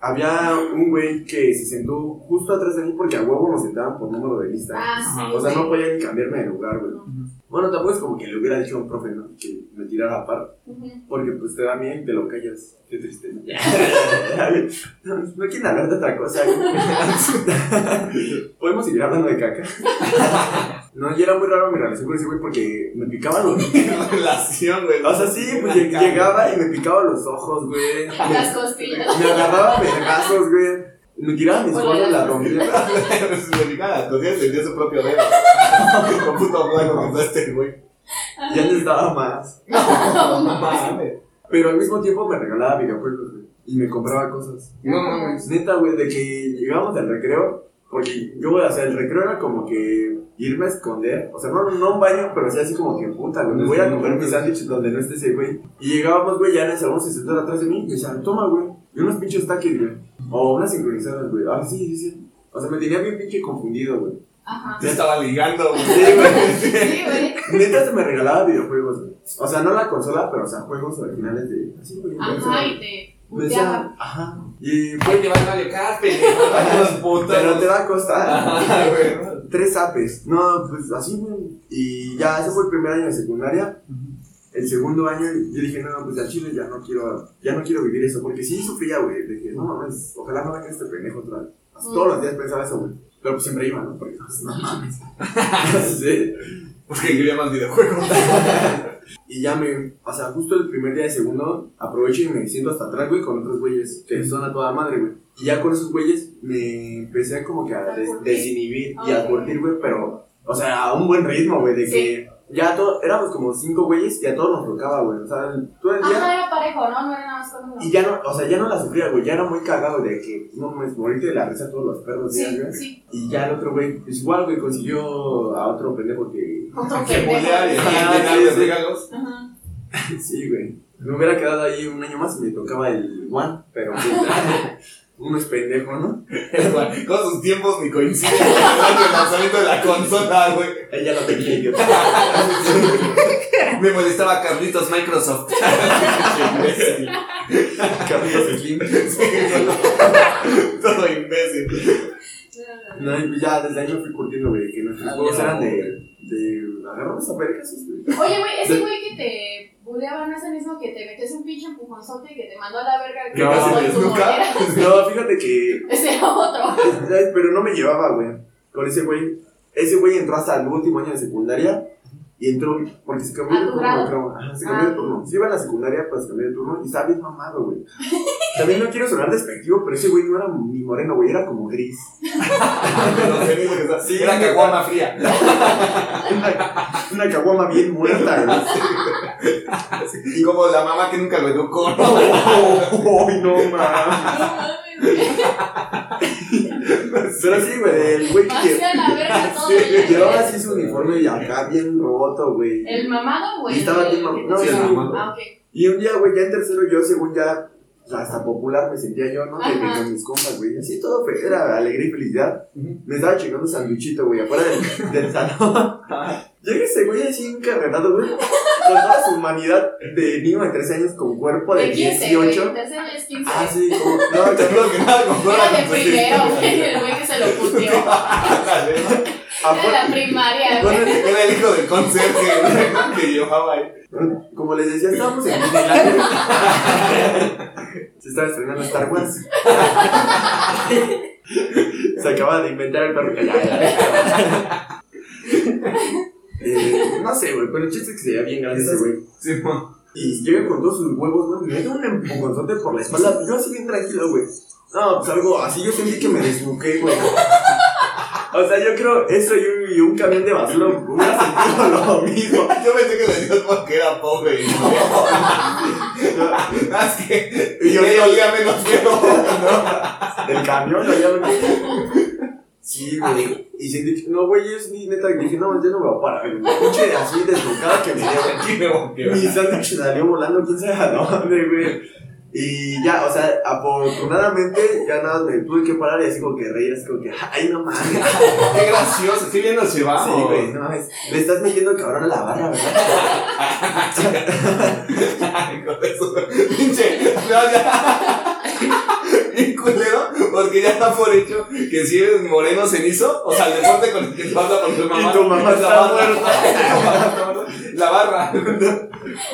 S1: Había un güey que se sentó justo atrás de mí porque a huevo nos sentaban por número de lista.
S3: Ah,
S4: Ajá,
S3: sí.
S1: O sea, no pues,
S3: güey.
S1: podía ni cambiarme de lugar, güey. Bueno, tampoco es como que le hubiera dicho a un profe, ¿no? Que me tirara a par.
S3: Ujú.
S1: Porque pues te da miedo y te lo callas. Qué triste. ¿no? no, no quieren hablar de otra cosa. güey. Podemos seguir hablando de caca. no, y era muy raro mi relación con ese güey porque me picaba los...
S4: relación, güey.
S1: O sea, sí, pues lleg- llegaba y me picaba los ojos, güey. Me,
S3: Las costillas.
S1: me agarraba vergazos, güey. Me tiraba mis
S3: Hola.
S1: cosas, la rompía.
S4: Se dedicaba a coger, sentía pues, su propio dedo. Con puto juego mandó este güey.
S1: Ya les daba más.
S4: No mames.
S1: Pero al mismo tiempo me regalaba videojuegos, güey. Y me compraba cosas. Pues,
S4: No mames.
S1: Neta, güey, de que llegábamos al recreo, porque yo, güey, o sea, el recreo era como que irme a esconder, o sea, no, no un baño, pero sí así como que puta, güey, me voy a comer mi sándwich donde no esté ese güey. Y llegábamos, güey, ya en el salón se sentaba atrás de mí y me decían, toma, güey, y unos pinches taques, güey, o unas sincronizadas, güey, ah, sí, sí, sí. O sea, me tenía bien pinche confundido, güey.
S3: Ajá.
S4: Te estaba ligando, güey.
S3: Sí, güey.
S1: Neta se me regalaba videojuegos, güey. O sea, no la consola, pero o sea, juegos originales de. Así, güey.
S3: Ajá, y te
S1: Me
S3: puteaba.
S1: decía, ajá. Y.
S4: Güey, te va a Mario Kart, pendejo. Las putas.
S1: Pero te va a costar.
S4: Ah, güey.
S1: Tres apes. No, pues así, güey. Y ya, ese fue el primer año de secundaria. El segundo año yo dije, no, pues al chile ya no quiero, ya no quiero vivir eso. Porque sí sufría, güey. Dije, no mames, ojalá no venga este pendejo otra vez. Así, Todos los días pensaba eso, güey. Pero pues siempre iba, ¿no? Porque pues, no mames. Sí.
S4: Porque quería más videojuegos.
S1: Y ya me, o sea, justo el primer día de segundo, aprovecho y me siento hasta atrás, güey, con otros güeyes que son a toda madre, güey. Y ya con esos güeyes me empecé como que a des- desinhibir y a curtir, güey, pero, o sea, a un buen ritmo, güey, de que ya todos, éramos como cinco güeyes y a todos nos tocaba, güey, o sea, todo el día.
S3: Ajá, era parejo, ¿no? No era nada más con uno.
S1: pues Y ya no, o sea, ya no la sufría, güey, ya era muy cagado de que, no mames, morirte de la risa todos los perros, días,
S3: Sí,
S1: pues güey.
S3: sí.
S1: Y ya el otro güey, pues igual, güey, consiguió a otro pendejo que.
S3: Otro
S4: Que bulear y
S3: pendejo.
S1: Ah,
S4: darle
S1: sí,
S4: los
S1: sí.
S4: regalos.
S3: Ajá.
S1: Sí, güey. Me hubiera quedado ahí un año más y me tocaba el one, pero pues, uno es pendejo, ¿no?
S4: Con sus tiempos ni coinciden con el lanzamiento de la consola, güey.
S1: Ella lo tenía idiota.
S4: Me molestaba Carlitos Microsoft.
S1: Carlitos Slim.
S4: Todo imbécil.
S1: No, y pues ya desde ahí me fui curtiendo, güey, que nuestros
S4: Ah,
S1: juegos
S4: ya,
S1: eran de. de agarramos a vergas, güey.
S3: Oye, güey, ese güey que te buleaba no es el mismo que te metes un pinche empujonzote y que te mandó a la verga.
S1: Que casi
S3: con
S1: te
S3: tu
S4: desnuca.
S3: moneda.
S1: No, fíjate que.
S3: Ese era otro.
S1: ¿sabes? Pero no me llevaba, güey. Con ese güey. Ese güey entró hasta el último año de secundaria. Y entró porque se cambió
S3: ¿A
S1: de
S3: tu
S1: turno,
S3: grado?
S1: creo. Ajá, se cambió de
S3: Ah.
S1: turno. Se iba a la secundaria, pues se cambió de turno y estaba bien mamado, güey. También no quiero sonar despectivo, pero ese güey no era ni moreno, güey, era como gris.
S4: Sí, era caguama fría.
S1: Una caguama bien muerta, güey.
S4: Y como la mamá que nunca lo educó.
S1: ¡Ay, Oh, no, mames!
S3: No mames, güey.
S1: Pero sí, güey, el güey que,
S3: Hacía la verga todo.
S1: que llevaba
S3: güey.
S1: así su uniforme y acá bien roto, güey.
S3: El mamado, güey.
S1: Y estaba bien mamado. No,
S4: Sí,
S1: sí.
S4: el mamado.
S3: Ah, ok.
S1: Y un día, güey, ya en tercero yo, según ya, hasta popular me sentía yo, ¿no? Que, que
S3: Ajá.
S1: con mis compas, güey, así todo fe- era alegría y felicidad. Me estaba chingando un sanduchito, güey, afuera del, del salón. Llega ese güey así encarrenado, güey, con toda su humanidad de niño de 13 años con cuerpo de
S3: De 15, güey.
S1: 18.
S3: Tercero es 15.
S1: Ah, sí, como, no,
S4: Te juro que nada compara
S3: Era
S4: con
S3: de
S4: tus
S3: primero,
S4: historias.
S3: güey. El güey que se lo puteó.
S4: Ándale, ¿no?
S3: Era de la
S1: afuera,
S3: primaria, güey.
S1: Ah, bueno,
S4: Era el hijo del conserje güey, que llevaba ahí.
S1: Como les decía, estábamos en Disneyland. güey. Se estaba estrenando Star Wars. Se acaba de inventar el perro. Ya, ya, ya. Eh, no sé, güey, pero el chiste es que se veía bien grande ese güey.
S4: Sí, mo.
S1: Y llega con todos sus huevos, güey. Me dio un empujonzote por la espalda. Yo así bien tranquilo, güey. No, pues algo así. Yo sentí que me desnuqué, güey. O sea, yo creo eso y un, y un camión de basura hubiera sentido lo mismo.
S4: Yo pensé que le dio porque era pobre. y no. Ah, es que.
S1: Y
S4: Y
S1: yo-
S4: yo olía menos que no.
S1: Del camión, lo llaman. Sí, güey. Y y se dije, no, güey, es ni neta, que dije, no, yo no me voy a parar, el pinche así desbocado que me dio,
S4: Aquí me voy a
S1: güey. Mi
S4: quedar.
S1: sándwich salió volando, quién sabe a dónde, güey. Y ya, o sea, afortunadamente, ya nada, más me tuve que parar y así como que reír, así como que, ay, no mames.
S4: Qué gracioso, qué bien nos
S1: Sí,
S4: llevamos.
S1: güey, no mames. Le estás metiendo cabrón a la barra, ¿verdad?
S4: Con eso, pinche, no, ya. Bien culero, porque ya está por hecho que si eres moreno cenizo, o sea, el deporte con el que te vas a poner mamá.
S1: Y tu mamá
S4: es la
S1: está
S4: barra.
S1: muerta.
S4: La barra.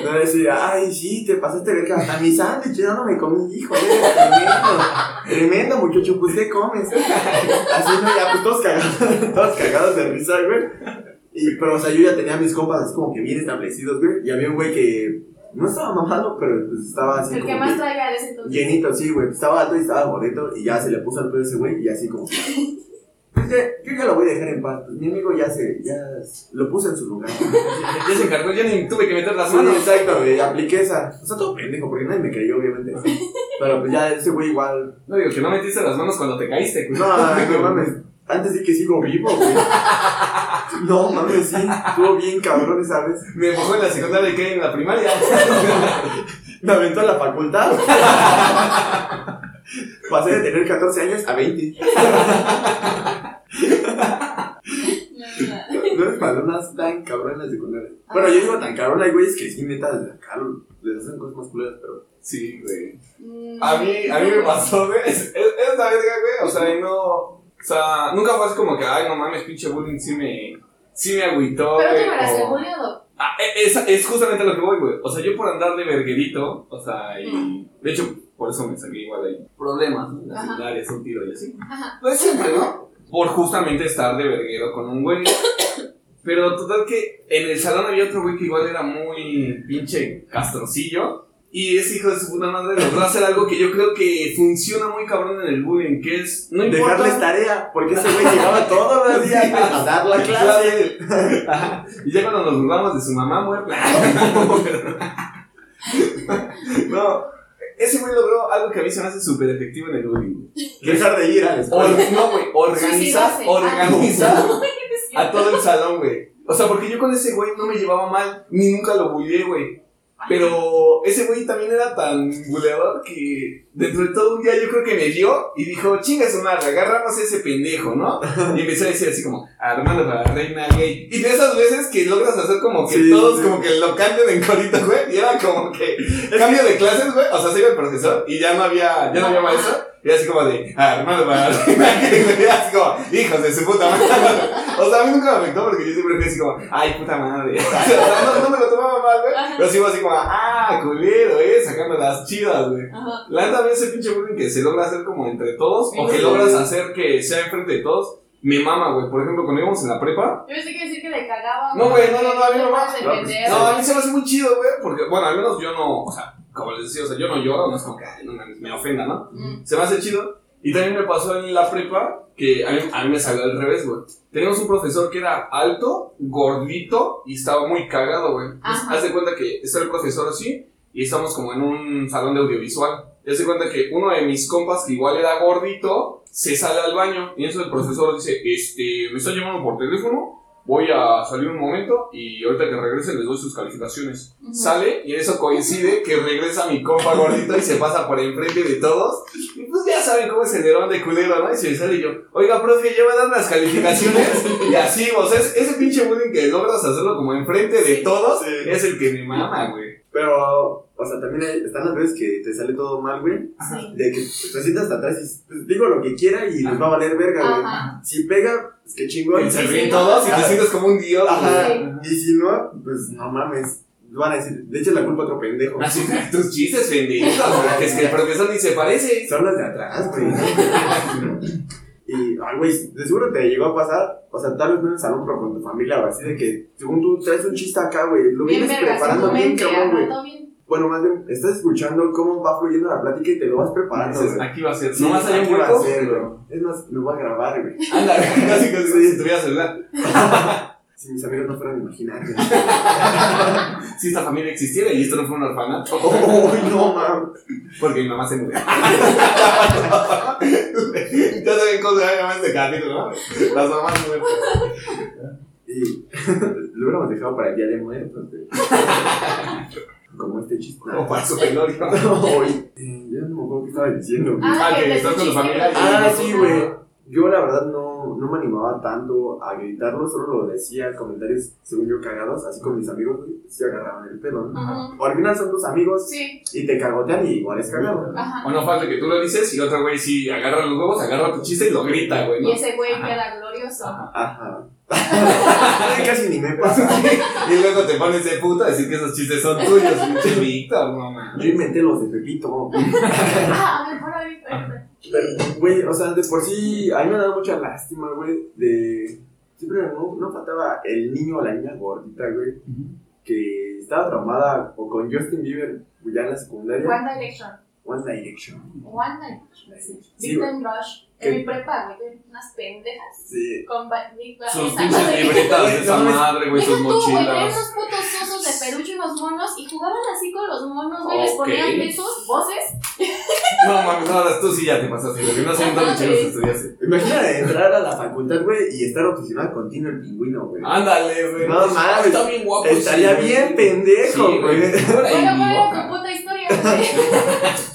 S1: No decir, ay, sí, te pasaste de que hasta mi sándwich, yo no me comí, hijo, eres tremendo. Tremendo, muchacho, pues ¿qué comes? Así no, ya, pues todos cagados, todos cagados de risa, güey. Y, pero, o sea, yo ya tenía mis compas así como que bien establecidos, güey. Y había un güey que no estaba mamado, pero pues, estaba así
S3: El
S1: como
S3: que
S1: que
S3: más traiga de ese entonces.
S1: llenito, sí, güey. Estaba alto y estaba bonito y ya se le puso al pedo ese güey y así como... que, Pues ya- yo ya lo voy a dejar en paz. Pues mi amigo ya se, ya lo puse en su lugar.
S4: Ya se encargó, yo ni tuve que meter las
S1: Ah, Sí,
S4: manos.
S1: exacto, güey, apliqué esa. O sea, todo pendejo, porque nadie me creyó, obviamente. Pero pues ya ese güey igual.
S4: No digo que no metiste las manos cuando te caíste.
S1: No, no mames. Antes sí que sigo vivo, güey. No mames, sí. Estuvo bien cabrón esa vez.
S4: Me empujó en la secundaria y quedé en la primaria.
S1: Me aventó a la facultad. Pasé de tener 14 años a 20.
S3: No, no, no.
S1: No eres palomas tan cabrón en la secundaria. Bueno, yo digo tan cabrón, hay güeyes que sí, neta, les sacaron- les hacen cosas más culeras, pero.
S4: Sí, güey.
S3: Mm.
S4: A mí, a mí me pasó, güey. Es, es, es la verga, güey. O sea, y no. O sea, nunca fue así como que, ay, no mames, pinche bullying, sí me. Sí me agüitó,
S3: Pero
S4: güey,
S3: tú no eras
S4: o-
S3: el bulleado.
S4: Ah, e- es, es justamente lo que voy, güey. O sea, yo por andar de verguerito, o sea, y. De hecho, por eso me saqué igual ahí. Problemas, ¿no? En las
S3: Ajá.
S4: secundarias, un tiro y así.
S3: Ajá.
S4: Pues siempre, ¿no? Por justamente estar de verguero con un güey. Pero total que en el salón había otro güey que igual era muy pinche castroncillo. Y ese hijo de su puta madre logró hacer algo que yo creo que funciona muy cabrón en el bullying, que es... No importa...
S1: Dejarles tarea, porque ese güey llegaba todos los días a dar la clase.
S4: Ajá. Y ya cuando nos burlamos de su mamá muerta. no, ese güey logró algo que a mí se me hace súper efectivo en el bullying.
S1: Dejar de ir a la escuela.
S4: Or- no, güey, organiza,
S3: Suicidarse.
S4: organiza a
S3: A
S4: todo el salón, güey. O sea, porque yo con ese güey no me llevaba mal, ni nunca lo bulleé, güey. Pero ese güey también era tan buleador que dentro de todo un día yo creo que me vio y dijo, chinga su madre, agarramos a ese pendejo, ¿no? Y empezó a decir así como, Armando para la reina gay. Y de esas veces que logras hacer como que
S1: Sí,
S4: todos
S1: sí.
S4: como que lo canten en corito, güey. Y era como que cambio de clases, güey. O sea, se iba el profesor y ya no había, ya no había maestro. Y así como de, Armando para la reina gay. güey, Y así como, hijos de su puta madre. O sea, a mí nunca me afectó porque yo siempre fui así como, ay, puta madre. O sea, no, no me lo tomaba mal, güey.
S3: Ajá.
S4: Pero sigo así como, ah, culero, eh, sacando las chidas, güey.
S3: Ajá.
S4: La neta, a mí ese pinche bullying que se logra hacer como entre todos o que
S1: Sí.
S4: logras hacer que sea enfrente de todos, me mama, güey. Por ejemplo, cuando íbamos en la prepa,
S3: Yo pensé que decir que le cagaba.
S4: No, güey, no, no, no, a mí no
S3: vas
S4: más.
S3: a
S1: No,
S3: defender.
S4: no, a mí se me hace muy chido, güey, porque, bueno, al menos yo no, o sea, como les decía, o sea, yo no lloro, no es como que, ay, no mames, me ofenda, ¿no?
S3: Mm.
S4: se me hace chido. Y también me pasó en la prepa que a mí, a mí me salió al revés, güey. Teníamos un profesor que era alto, gordito y estaba muy cagado, güey. Entonces,
S3: Ajá.
S4: Haz de cuenta que está el profesor así y estamos como en un salón de audiovisual. Y haz de cuenta que uno de mis compas, que igual era gordito, se sale al baño y eso el profesor dice, este, me están llamando por teléfono. Voy a salir un momento y ahorita que regrese les doy sus calificaciones.
S3: Ujú.
S4: Sale y en eso coincide que regresa mi compa gordito y se pasa por enfrente de todos y pues ya saben cómo es el nerón de culero, ¿no? Y se sale yo, oiga, profe, ya me dan las calificaciones. y así, o sea, es- ese pinche bullying que logras hacerlo como enfrente de todos
S1: Sí.
S4: es el que me mama, güey.
S1: Pero, o sea, también hay- están las veces que te sale todo mal, güey.
S3: Sí.
S1: De que te sientas hasta atrás y pues, digo lo que quiera y les va a valer verga, güey.
S3: Ajá.
S1: Si pega, pues qué chingón.
S4: Y se
S3: sí,
S4: ríen
S3: sí.
S4: todos y te sientes como un dios.
S1: Ajá.
S4: güey.
S1: Y si no, pues no mames. Van a decir, le echas la culpa a otro pendejo.
S4: Así tus chistes benditos, güey, que es que el profesor ni se parece.
S1: Son las de atrás, güey. y, ay, güey, de seguro te llegó a pasar. O sea, tal vez no en el salón, pero con tu familia, o así de que, según tú traes un chiste acá, güey, lo
S3: Bien
S1: vienes
S3: vergas, en tu
S1: preparando bien,
S3: mente,
S1: cabrón, güey.
S3: ajá, todo bien.
S1: Bueno, más bien, estás escuchando cómo va fluyendo la plática y te lo vas preparando, güey.
S4: Aquí va a ser,
S1: Sí,
S4: nomás hay un
S1: ¿qué va a
S4: hueco.
S1: hacer, güey? Es más, lo voy a grabar, güey.
S4: Anda, casi casi si tuviera celular.
S1: si mis amigos no fueran imaginarios.
S4: Si esta familia existiera y esto no fuera un orfanato,
S1: ¡Oh, no, mam!
S4: porque mi mamá se murió. ya saben cosas que más de este capítulo, ¿no? Las mamás muertas.
S1: Y lo hubiéramos dejado para el día de muertos. güey. Como este chiste.
S4: O para su velorio.
S1: No, y- eh, ya no me acuerdo qué estaba diciendo. güey.
S4: Ah, que
S3: el de
S4: estás
S3: tu
S4: con tu
S3: chiste,
S4: familia. "Oh,
S3: ¿no?
S1: Ah, sí, güey. Yo la verdad no, no me animaba tanto a gritarlo, solo lo decía comentarios, según yo, cagados, así con mis amigos, güey, se agarraban el pelo, ¿no?
S3: Ajá.
S1: O al final son tus amigos
S3: Sí,
S1: y te cagotean y igual es cagado.
S3: ajá.
S4: O no falta que tú lo dices y otro güey sí agarra los huevos, agarra tu chiste y lo grita, güey,
S3: Y
S4: ¿no?
S3: ese güey
S4: Ajá.
S3: queda glorioso.
S1: Ajá. Casi ni me pasa.
S4: Y luego te pones de puta a decir que esos chistes son tuyos, pinche Víctor, no mames.
S1: Yo inventé los de Pepito.
S3: Ah, a ver, por ahí, ahorita.
S1: Pero, güey, o sea, de por sí, a mí me daba mucha lástima, güey, de... Siempre no, no faltaba el niño o la niña gordita, güey, que estaba traumada o con Justin Bieber, güey, ya en la secundaria.
S3: One Direction.
S1: One Direction.
S3: One Direction.
S1: Sí,
S3: Victim Rush.
S1: ¿Qué?
S3: En mi prepa, güey, unas pendejas.
S1: Sí.
S3: Con ba- Big Bang.
S4: Sus
S3: Esa
S4: pinches
S3: madre.
S4: libretas de esa madre, güey,
S3: Deja
S4: sus
S3: tú, güey, traían
S4: mochilas.
S3: unos putos osos de peluche y unos monos y jugaban así con los monos, güey, les
S4: Ok.
S3: ponían besos, voces.
S4: No mames, ahora tú sí ya te pasaste, lo que no son tan chidos estudiaste.
S1: Imagina entrar a la facultad, güey, y estar obsesionada con Tino el pingüino, güey.
S4: Ándale, güey.
S1: No mames.
S4: Está bien guapo.
S1: Estaría
S4: sí,
S1: bien
S4: güey.
S1: pendejo,
S4: Sí,
S1: güey.
S4: Fuera
S3: Bueno,
S4: y
S3: ¿cuál era tu
S4: boca.
S3: puta historia, güey?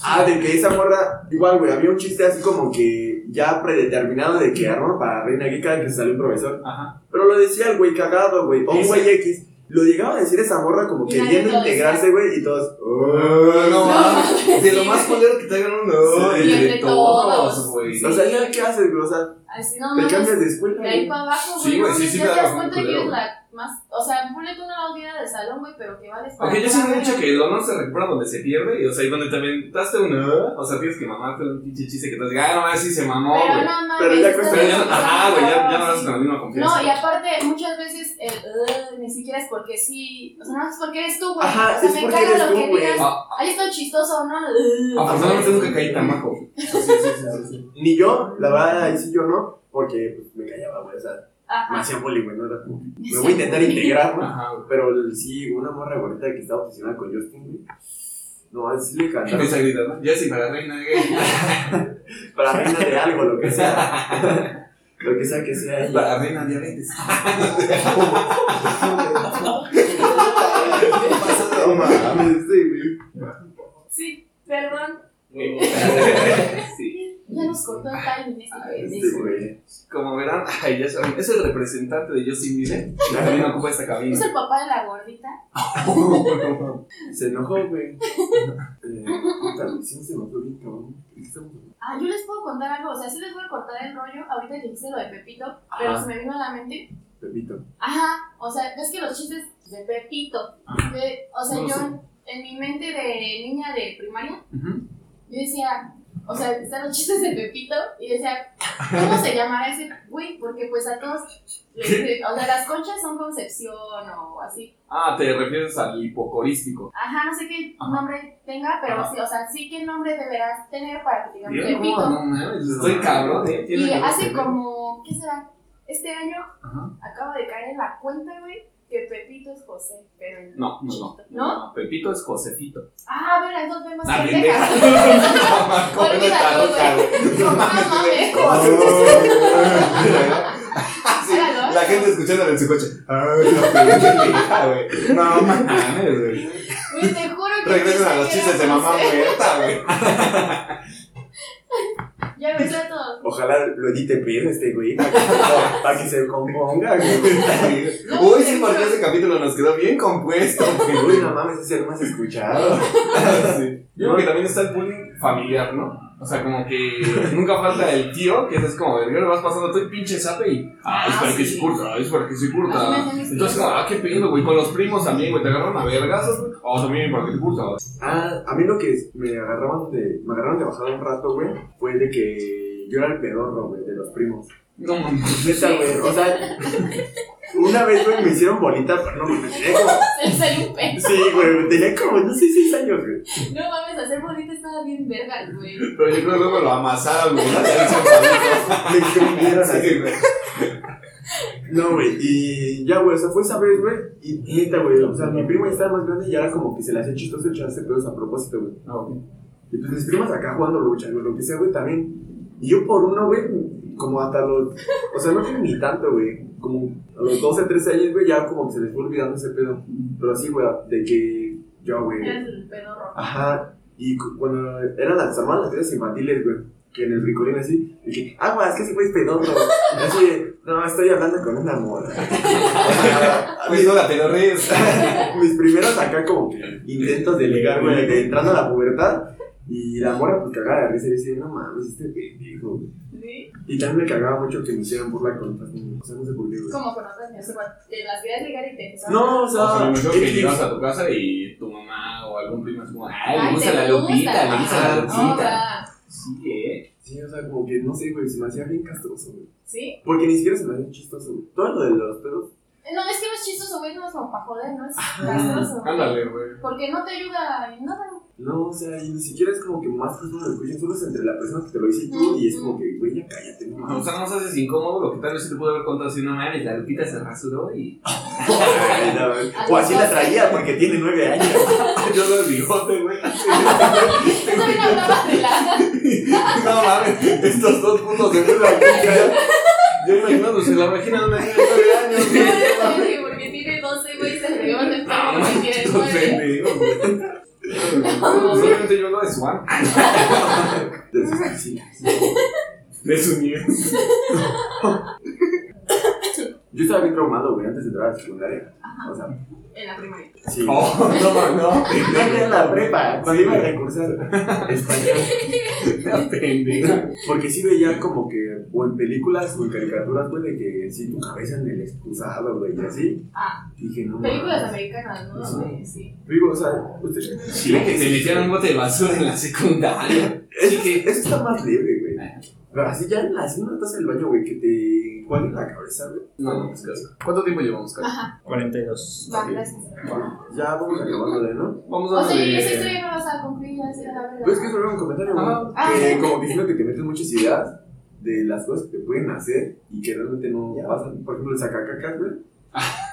S1: Ah, de que esa morra, igual, güey, había un chiste así como que ya predeterminado de que arma para Reina Geek cada que salió un profesor.
S4: Ajá.
S1: Pero lo decía el güey cagado, güey, o un
S4: Sí,
S1: güey X. Lo llegaba a decir esa morra como
S3: Y nadie
S1: queriendo
S3: lo decía.
S1: integrarse, güey, y todos.
S3: pues,
S4: No,
S1: "Oh,
S4: no mames. De lo
S3: sí.
S4: más culero que te hagan uno.
S1: Sí,
S4: de
S3: entre todos.
S4: güey.
S1: O sea, ¿ya qué haces, güey? O sea,
S3: Así no
S1: te cambias
S3: mames.
S1: de escuela,
S3: De ahí
S1: güey.
S3: para abajo,
S4: Sí,
S3: güey,
S4: güey,
S3: no
S4: sí,
S3: mames,
S4: sí
S3: ya
S4: me da
S3: te das
S4: como
S3: cuenta que
S4: culero,
S3: eres
S4: güey.
S3: la más, o sea, ponle tú una audiencia de salón, güey, pero que vales para
S4: Aunque yo siempre he
S3: nada,
S4: dicho
S3: güey.
S4: que el honor se recupera donde se pierde, y o sea, y donde te aventaste una. O sea, tienes que mamarte un pinche chiste que te diga, ah, no mames, sí se mamó,
S3: Pero
S4: güey.
S3: no mames.
S1: Pero ya
S3: estás
S1: cuesta-
S4: Pero ya,
S3: escuchando
S4: ajá, güey, ya, ya no
S3: algo
S4: haces con la misma
S3: así. No,
S4: confianza.
S3: y aparte, muchas veces el "Ugh", ni siquiera es porque sí, o sea, no es porque eres tú, güey.
S1: Ajá,
S3: o sea,
S1: es
S3: me
S1: porque
S3: caga
S1: eres
S3: lo
S1: tú,
S3: que
S1: güey.
S3: digas.
S4: Ah,
S3: Ay, esto es chistoso, ¿no? Ugh.
S4: Afortunadamente nunca caí tan bajo. Sí, sí, sí, sí, sí.
S1: Ni yo, la verdad, ahí sí yo no, porque pues, me callaba, güey. O sea, me
S3: Ajá.
S1: hacía bullying, güey, no era como. Me voy a intentar integrar, ¿no?
S4: Ajá, güey.
S1: Pero el- sí, una morra gordita que estaba obsesionada con Justin, güey. No, a sí le
S4: Y
S1: cantaron
S4: empieza a gritar, ¿no? Ya sí, para reina ¿eh? gay.
S1: para reina de algo, lo que sea. lo que sea que sea. ella.
S4: Para reina diabetes.
S1: No mames, sí, Este güey.
S3: Sí, perdón,
S4: Sí.
S3: ya nos cortó el timing este
S1: Este,
S3: pendejo.
S1: güey.
S4: Como verán, ay, ya saben, es el representante de Justin Bieber. que También ocupa esta
S3: ¿Es
S4: cabina.
S3: el papá de la gordita?
S1: Se enojó, güey. Eh, puta, sí, se enojó bien, cabrón. ¿Qué estamos hablando?
S3: Ah, yo les puedo contar algo, o sea, sí les voy a cortar el rollo, ahorita que hice lo de Pepito, pero
S1: Ajá.
S3: se me vino a la mente.
S1: Pepito.
S3: Ajá, o sea, ves que los chistes de Pepito, que, o sea,
S4: No lo
S3: yo
S4: sé.
S3: en mi mente de niña de primaria,
S4: Ujú.
S3: yo decía, o sea, están los chistes de Pepito y decía, ¿cómo se llamará ese güey? Porque pues a todos, les- o sea, las conchas son Concepción o así.
S4: Ah, te refieres al hipocorístico.
S3: Ajá, no sé qué
S4: Ajá.
S3: nombre tenga, pero
S4: Ajá.
S3: sí, o sea, sí qué nombre deberás tener para que te digamos
S4: Bien,
S3: Pepito.
S4: no, no mames, estoy cabrón, eh. Tiene
S3: y
S4: que ver
S3: hace
S4: este,
S3: como, ¿qué será? Este año
S4: Ajá.
S3: acabo de caer en la cuenta, güey, que Pepito es José, pero en
S4: No, no, no.
S3: chiquito. ¿No?
S4: Pepito es Josefito.
S3: Ah, mira, entonces vemos
S4: Ah,
S3: más
S4: bien, deja.
S3: pendejas. Olvídalo, güey. No mames.
S4: ¿Cómo haces eso? Sí,
S3: Claro.
S4: La gente escuchándola en su coche. Ay, no, pendeja, güey. No mames, güey.
S3: Güey, te juro que.
S4: Regresen
S3: pensé
S4: a los
S3: que
S4: chistes
S3: era
S4: de mamá
S3: José.
S4: muerta, güey.
S3: Ya besé a todos.
S1: Ojalá lo edite bien este güey para que, para que se componga, güey.
S4: Uy, sí, porque ese capítulo nos quedó bien compuesto.
S1: Uy, no mames, es el más escuchado.
S4: Sí. Yo creo que también está el bullying familiar, ¿no? O sea, como que nunca falta el tío, que es como, verga, lo vas pasando todo y pinche sape y. Ah, es para
S3: Ah,
S4: que
S3: sí.
S4: se curta, es para que se
S3: Así me
S4: curta.
S3: hacen mis
S4: Entonces, como, ah, qué pedo, güey. Con los primos también, güey, te agarran a vergas, güey. Ah, también para que te curta.
S1: Ah, a mí lo que me agarraban de, me agarraron de bajada un rato, güey, fue de que yo era el pedorro, güey, de los primos.
S4: No mames.
S1: Neta, güey, o sea, una vez, güey, me hicieron bolita, pero no me tenía como,
S3: Se le salió un pez.
S1: sí, güey, tenía como, no sé, seis años, güey.
S3: No mames, hacer bonita estaba bien vergas, güey.
S4: Pero yo creo que luego lo amasaron, güey. Ya le hicieron
S1: Me escondieron
S4: así,
S1: así,
S4: güey.
S1: No, güey, y ya, güey, o sea, fue esa vez, güey, y neta, güey, o sea, mi prima estaba más grande y ahora como que se le hacía chistoso echarse pedos a propósito, güey.
S4: Ah, ok.
S1: Y pues mis primas acá jugando lucha, güey, lo que sea, güey, también. Y yo por uno, güey, como hasta los. O sea, no tiene ni tanto, güey. Como a los 12, 13 años, güey, ya como que se les fue olvidando ese pedo. Pero así, güey, de que yo, güey.
S3: Eres el pedorro.
S1: Ajá. Y cu- cuando eran las hermanas las fiestas infantiles, güey, que en el ricolín así, dije, ah, güey, es que ese güey es pedorro. Y así, de, no, estoy hablando con una morra.
S4: Pues no la te lo ríes.
S1: mis primeros acá como que intentos de ligar, güey, de entrando a la pubertad. Y la mora pues cagada de risa y dice, no mames, este pendejo, güey.
S3: ¿Sí?
S1: Y también me cagaba mucho que me hicieran burla con otras niñas. O sea, no sé por qué, güey.
S3: Como con otras niñas, o sea, te las querías ligar y te empezaban
S1: No, o
S4: O sea, me
S1: sea,
S4: imagino que
S1: X.
S4: llegas a tu casa y tu mamá o algún primo es como, ay, le
S3: Ay,
S4: gusta
S3: ¿te
S4: la
S3: gusta?
S4: Lupita, le gusta la
S1: Ajá.
S4: Lupita.
S3: Ahora,
S4: Sí, eh.
S1: sí, o sea, como que no sé, güey, se me hacía bien castroso, güey.
S3: ¿sí?
S1: Porque ni siquiera se me hacía chistoso, güey. Todo lo de los pedos.
S3: No, es que no es chistoso, güey, no es como para joder, no es castroso.
S4: Ándale, güey.
S3: Porque no te ayuda en nada.
S1: No, o sea, y ni siquiera es como que más personas lo escuchan, solo es entre la persona que te lo dice y tú, y es como que, güey, ya cállate, no
S4: O
S1: mames.
S4: sea, no nos haces incómodo, lo que tal vez sí te puede haber contado así, no mames, la Lupita se rasuró y
S1: Ay, no, güey. O así la traía porque tiene nueve años.
S4: yo lo bigote, güey.
S3: Yo también hablaba de la.
S4: No mames, estos dos puntos de la boca. Yo imagino, se la vagina de una niña de 9 años, güey.
S3: Sí, Porque tiene 12, güey, y se atrevió a
S4: Ah,
S3: sentar tiene
S4: estos
S3: 19.
S4: pendejos, güey. Solamente yo lo de Swan.
S1: Entonces, sí.
S4: De su nieve.
S1: Yo estaba bien traumado, güey, antes de entrar a la secundaria. O sea,
S3: En la primaria.
S1: sí.
S4: Oh, no, no.
S1: Ya en la prepa, cuando
S4: Sí,
S1: iba a
S4: güey.
S1: recursar español.
S4: La pendeja.
S1: Porque sí veía como que, o en películas o en caricaturas, güey, de que sí, tu cabeza en el excusado, güey, y así.
S3: Ah,
S1: Dije, no.
S3: películas
S1: mames.
S3: americanas, ¿no?
S1: Sí.
S3: Donde Sí.
S1: Digo, o sea, pues, ustedes.
S4: Sí, que te metieron un bote de basura en la secundaria.
S1: Eso, eso está más libre, güey. Pero así ya en la así no estás en el baño, güey, que te cuelgue la cabeza, güey. Ah, pues,
S4: No, no, es caso. ¿Cuánto tiempo llevamos, Carlos?
S2: 42.
S3: Va, gracias.
S1: Bueno, ya vamos acabándole, ¿no?
S4: Vamos a
S3: O sea,
S4: darle-
S3: y esa historia no vas a cumplir, ya será la verdad.
S1: Pero Pues es que eso era un comentario, güey.
S3: Ah.
S1: que como que siento que te metes muchas ideas de las cosas que te pueden hacer y que realmente no pasan. Por ejemplo, el sacacacas, güey.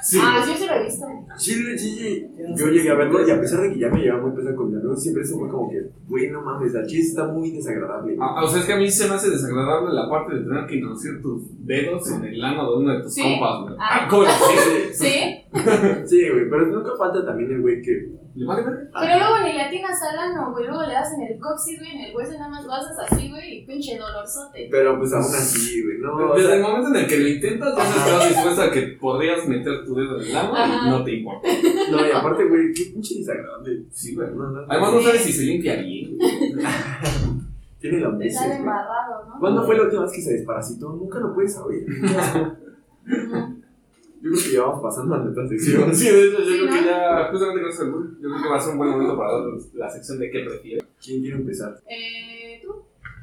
S4: Sí.
S3: Ah, sí, yo sí lo he visto.
S1: Sí, sí, sí. Yo llegué a verlo y a pesar de que ya me llevaba muy pesado con mi amigo, siempre eso fue como que, güey, no mames, la chiste está muy desagradable.
S4: Ah, ah, o sea, es que a mí se me hace desagradable la parte de tener que introducir tus dedos en el ano de uno de tus
S3: Sí.
S4: compas, güey.
S3: Ah.
S4: Ah, ¿cómo le haces?
S3: Sí,
S1: Sí, güey, pero nunca falta también el güey que.
S4: ¿Le vale ver?
S3: pero luego ni le atinas al ano, güey. Luego le das en el coxis, güey, en el hueso, nada más lo haces así, güey, y pinche dolorzote.
S1: Pero pues aún así, güey, no. o
S4: Desde el
S1: sea,
S4: momento en el que lo intentas, ya
S1: Ajá.
S4: estás dispuesta a que podrías meter tu dedo en el ano
S3: Ajá.
S4: y no te importa.
S1: no, y aparte, güey, qué pinche desagradable.
S4: Sí, güey.
S1: No, no,
S4: Además,
S1: no.
S4: no sabes si se limpia bien.
S1: Tiene la
S3: Te sale
S1: güey.
S3: embarrado, ¿no?
S1: ¿Cuándo fue la última vez que se desparasitó? Nunca lo puedes saber. Qué asco.
S3: Ujú.
S1: Yo creo que ya vamos pasando a la otra sección.
S4: Sí, de hecho, yo
S3: Sí,
S4: creo que
S3: ¿no?
S4: ya, justamente con ese albur, yo creo que va a ser un buen momento para dar la sección de qué prefieres.
S1: ¿Quién quiere empezar?
S3: Eh, tú.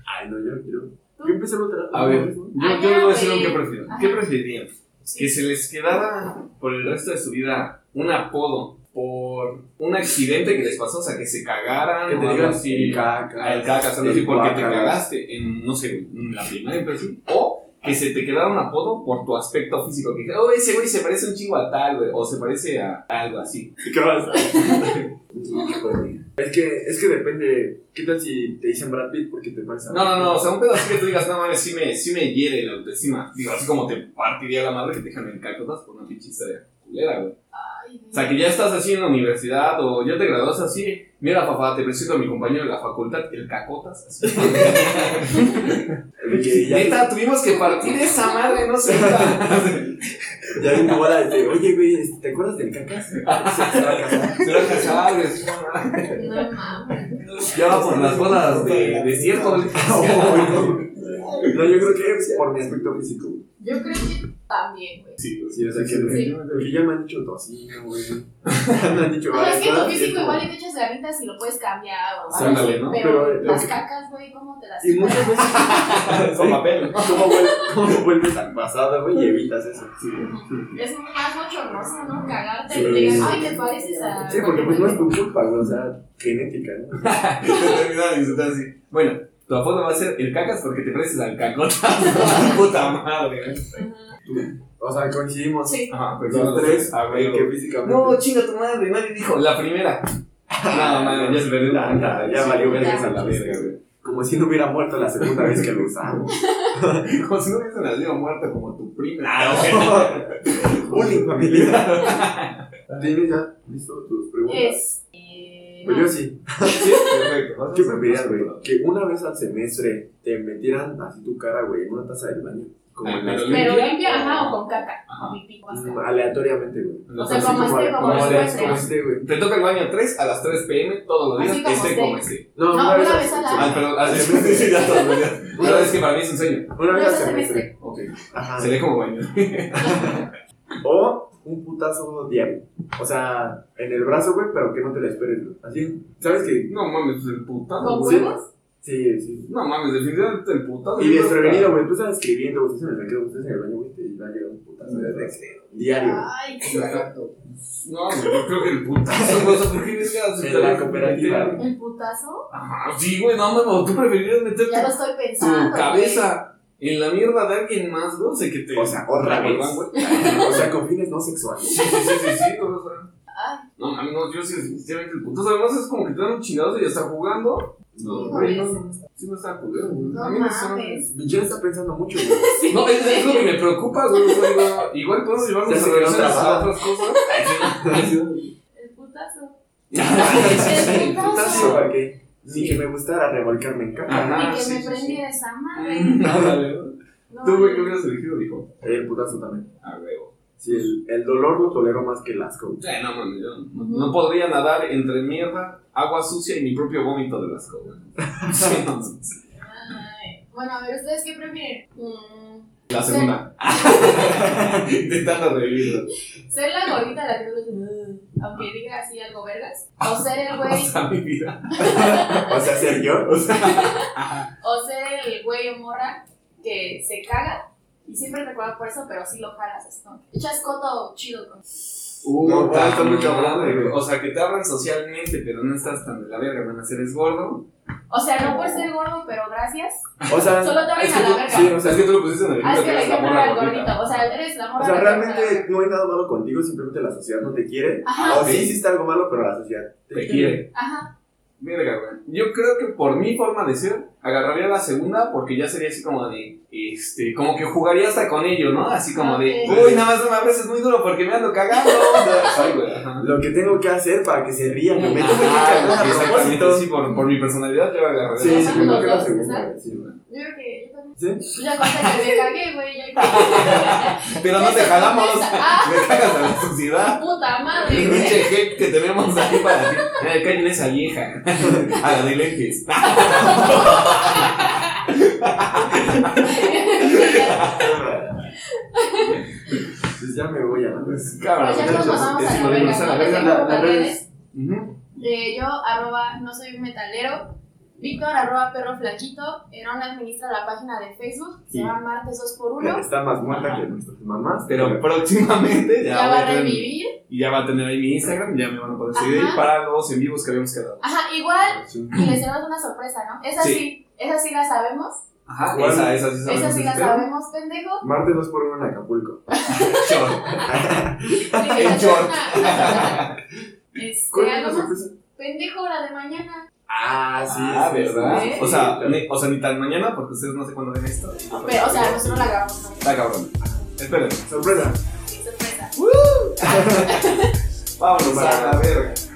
S1: Ay, no, yo quiero. Yo empecé a otra.
S4: A ver, yo,
S3: Ah,
S4: yo les
S3: ya,
S4: voy a decir un
S3: güey.
S4: qué prefiero.
S3: Ajá.
S4: ¿Qué preferirían? Que se les quedara por el resto de su vida un apodo por un accidente que les pasó, o sea, Ah, que se cagaran,
S1: Que te
S4: o
S1: digan
S4: algo así.
S1: el caca.
S4: Ah, el caca, solo así porque te
S1: guaca.
S4: cagaste en, no sé, en la primaria, pero sí. O que se te quedara un apodo por tu aspecto físico. Que oh, ese güey se parece un chingo a tal, güey. O se parece a algo así.
S1: ¿Qué vas a Híjole. Es que, es que depende. ¿Qué tal si te dicen Brad Pitt porque te pasa?
S4: No, no, no. O sea, un pedo así que tú digas, no mames, sí me, sí me hiere la autoestima. Digo, así como te partiría la madre que te dejan en cacotas por una pinche historia culera, güey.
S3: Ay,
S4: O sea, que ya estás así en la universidad o ya te graduas así. Mira, papá, te presento a mi compañero de la facultad, el cacotas. Así.
S1: De que ya,
S4: Neta, tuvimos que partir esa madre, no sé.
S1: ya vi tu bola de oye, güey, este, ¿te acuerdas del cacas? Se va a casar.
S4: Será cachable, es una madre.
S3: No mames.
S4: Ya va por las bodas de desierto.
S1: No, yo creo que es por mi aspecto físico. güey.
S3: Yo creo que también, güey.
S4: Sí,
S1: Sí, o sea, que
S3: Sí.
S1: porque ya me han dicho tocino, güey. Me han dicho
S3: O sea, es que tu
S1: cosas,
S3: físico
S1: es como-
S3: igual y te echas ganitas y lo puedes cambiar o
S4: Sí,
S3: algo
S4: ándale,
S3: así,
S4: ¿no?
S3: Pero,
S1: Pero, eh,
S3: las
S1: lo que-
S3: cacas, güey, ¿cómo te las
S1: Y muchas veces.
S4: Con papel.
S1: ¿Cómo, vuel- cómo vuelves al pasado, güey, y evitas eso? Sí,
S3: Es más bochornoso, ¿no? Cagarte
S1: Sí.
S3: y te digas, ay, te pareces a.
S1: pues, porque pues no es tu culpa, güey, o sea, genética, ¿no?
S4: Bueno, Tu apodo va a ser el cacas porque te pareces al cacota. Puta madre.
S3: Ajá.
S1: O sea, coincidimos.
S3: Sí.
S4: Ajá, pero
S1: Los tres,
S4: a
S1: en que físicamente.
S4: No, chinga tu madre, nadie dijo. La primera. Ah, No, madre, ya se perdió una.
S1: Ya, ya valió
S3: verga
S4: vergas a la verga, güey.
S1: Como si no hubiera muerto la segunda vez que lo usamos.
S4: Como si no hubiese nacido muerto como tu prima.
S1: Bullying familiar. ¿Tienes ya listo tus preguntas?
S3: Es. eh,
S1: Pues
S3: no.
S1: yo sí.
S4: Sí, perfecto. Vas a
S1: ¿Qué
S4: hacer
S1: preferirías,
S4: más
S1: güey?
S4: preguntas.
S1: Que una vez al semestre te metieran así tu cara, güey, en una taza del baño. Como
S4: Ah,
S1: en la
S4: pero
S3: Pero
S4: ¿Limpia?
S3: limpia, ajá, o con caca.
S4: Ajá.
S3: Pipí, o
S1: Mm,
S3: sea.
S1: Aleatoriamente, güey.
S4: No
S3: O sea,
S4: sé,
S3: como
S4: sí,
S3: este, como
S4: como
S3: el
S4: este,
S3: nuestro.
S1: como este, güey.
S4: Te toca el baño a 3 a las 3 pm todos los
S3: Así
S4: días,
S3: como
S4: este
S3: esté.
S4: como este.
S1: No,
S3: No,
S1: una vez al
S3: a la-
S4: Ah,
S1: semestre.
S4: perdón, ah, sí, sí, sí, ya todos los días. Pero es que para mí es un sueño.
S1: Una vez
S3: No,
S1: al
S3: ese
S1: semestre.
S4: Ok.
S1: Ajá.
S4: Sería como baño.
S1: O un putazo diario. O sea, en el brazo, güey, pero que no te lo esperes, güey. Así, ¿sabes qué?
S4: No mames, pues el putado.
S3: ¿Con
S4: güey.
S3: huevos?
S1: Sí, sí.
S4: No mames, definitivamente el putado.
S1: Y desprevenido, güey. Tú estás escribiendo, güey. Estás en el recreo, estás en el baño, güey. Te va a llegar un putazo de recreo. Diario.
S3: Ay,
S4: No, güey, yo creo que el putazo. O sea, ¿por qué ves que haces
S1: En la cooperativa.
S3: ¿El putazo?
S4: Ajá, sí, güey, no mames, tú preferirías meter
S3: Ya lo
S4: tu,
S3: estoy
S4: tu
S3: pensando.
S4: cabeza en la mierda de alguien más, güey. O sea, que te.
S1: O sea, otra
S4: te
S1: vez.
S4: vuelvan, güey.
S1: O sea, con fines no sexuales.
S4: Sí, sí, sí, sí, sí, güey, o sea.
S3: Ay.
S4: No, mames, no, yo sí, definitivamente el putazo. Además, es como que te dan un chingazo y ya está jugando. No, güey, no, no, sí, no está culero, güey.
S3: No
S4: A mí me suena-
S3: mames.
S1: Michelle está pensando mucho, güey.
S3: Sí.
S4: No, es, es lo que me preocupa, güey. o sea, digo, igual podemos llevar
S1: Ya se
S4: nuestras
S1: quedó
S4: relaciones a
S1: trabada.
S4: otras cosas.
S3: El putazo.
S4: El
S1: Sí,
S4: putazo.
S1: ¿para qué? Ni que me gustara revolcarme en caca.
S4: Ajá,
S3: y que
S4: sí,
S3: me
S4: sí,
S3: prendiera esa madre.
S4: Mm, ándale.
S3: No,
S4: Tú, güey, ¿qué hubieras elegido, dijo?
S1: El putazo también.
S4: A huevo.
S1: Sí, el, el dolor lo tolero más que el asco. güey.
S4: Eh, no, mames, yo no, no podría nadar entre mierda, agua sucia y mi propio vómito de las cosas. Sí, no,
S3: Ay. Bueno, a ver, ¿ustedes qué prefieren? Mm,
S4: La segunda. Intentando revivirlo.
S3: ¿Ser la gordita la que no les- aunque diga así algo vergas? ¿O ser el
S4: O
S3: güey,
S4: sea, mi vida.
S1: O sea, ser yo. O sea,
S3: o ser el güey o morra que se caga? Y siempre te acuerdas por eso, pero sí lo jalas, así como que Echas coto chido con...
S1: No,
S4: Puta
S1: está muy cabrón,
S4: madre,
S1: güey.
S4: güey. O sea, que te hablan socialmente, pero no estás tan de la verga, van a ser es gordo.
S3: O sea, no por ser gordo, pero gracias.
S1: o sea,
S3: Solo te abren
S4: Es que
S3: a
S4: tú-
S3: la verga.
S1: sí,
S4: O sea, es que tú lo pusiste en el
S3: Haz
S4: eres
S3: que le
S4: la
S3: ejemplo
S4: morra
S3: al
S4: gordita.
S3: gordito. O sea, eres la morra. la que
S1: realmente no hay nada malo contigo, simplemente la sociedad no te quiere.
S3: Ajá.
S1: o sí hiciste algo malo, pero la sociedad
S4: Te quiere.
S3: Ajá.
S4: Verga, güey. Yo creo que por mi forma de ser, agarraría la segunda porque ya sería así como de, este, como que jugaría hasta con ello, ¿no? Así como de,
S3: Ok.
S4: uy, nada más no me abres, es muy duro porque me ando cagando. Ay, güey, ajá.
S1: Lo que tengo que hacer para que se rían, me meto
S4: Ajá,
S1: a propósito.
S4: exactamente, sí, por, por mi personalidad yo agarraría.
S1: Sí, sí,
S4: la
S1: yo
S4: segunda.
S1: creo que la
S3: Los dos,
S1: segunda.
S3: ¿sabes?
S1: güey, sí, güey.
S3: Yo creo que yo también.
S1: ¿Sí?
S3: Ya cuenta que me cagué, güey. Ya
S4: Pero no te jalamos,
S3: Ah.
S4: me cagas a la sociedad.
S3: puta madre, güey.
S4: Pinche hate que tenemos ahí para ti. Eh, Callen esa vieja. A la de lentes.
S1: Pues ya me voy a la vez.
S4: Cámara,
S3: Pues ya nos
S4: muchachos.
S3: mandamos a
S4: Decimos, a la
S3: la verga,
S4: verga.
S3: ¿no? Te tengo
S1: la- las
S3: papeles.
S1: redes.
S4: Ujú.
S3: Eh, yo, arroba, no soy un metalero. Víctor, arroba, perro flaquito. Erón administra la página de Facebook. Se
S1: Sí.
S3: llama Martes 2x1.
S1: Está más muerta que nuestras mamás.
S4: Pero próximamente ya,
S3: Ya
S4: voy
S3: va
S4: a
S3: a
S4: tener-
S3: revivir.
S4: Y ya va a tener ahí mi Instagram, ya me van a poder seguir
S3: Ajá.
S4: para los en vivos que habíamos quedado.
S3: Ajá, igual.
S1: Sí.
S3: Y les tenemos una sorpresa, ¿no? Esa
S4: Sí.
S3: sí, esa sí la sabemos.
S4: Ajá,
S1: ¿Cuál?
S4: esa, esa sí sabemos.
S3: Esa sí la
S4: espero.
S3: sabemos, pendejo.
S1: Martes 2 por 1 en Acapulco.
S4: Chon.
S3: Sí,
S4: short.
S3: les tenemos una- una sorpresa. Este,
S1: ¿Cuál es
S3: algo
S1: la
S3: más.
S1: sorpresa?
S3: Pendejo, la de mañana.
S1: Ah, sí.
S4: Ah,
S1: sí,
S4: ¿verdad?
S1: sí, sí.
S4: O, sea, ni, o sea, ni tan mañana, porque ustedes no sé cuándo ven esto.
S3: Pero, o sea, nosotros la grabamos. ¿no?
S4: Está cabrón. Esperen.
S1: sorpresa.
S3: Sí, sorpresa.
S4: Vámonos
S1: Para-
S4: a la verga.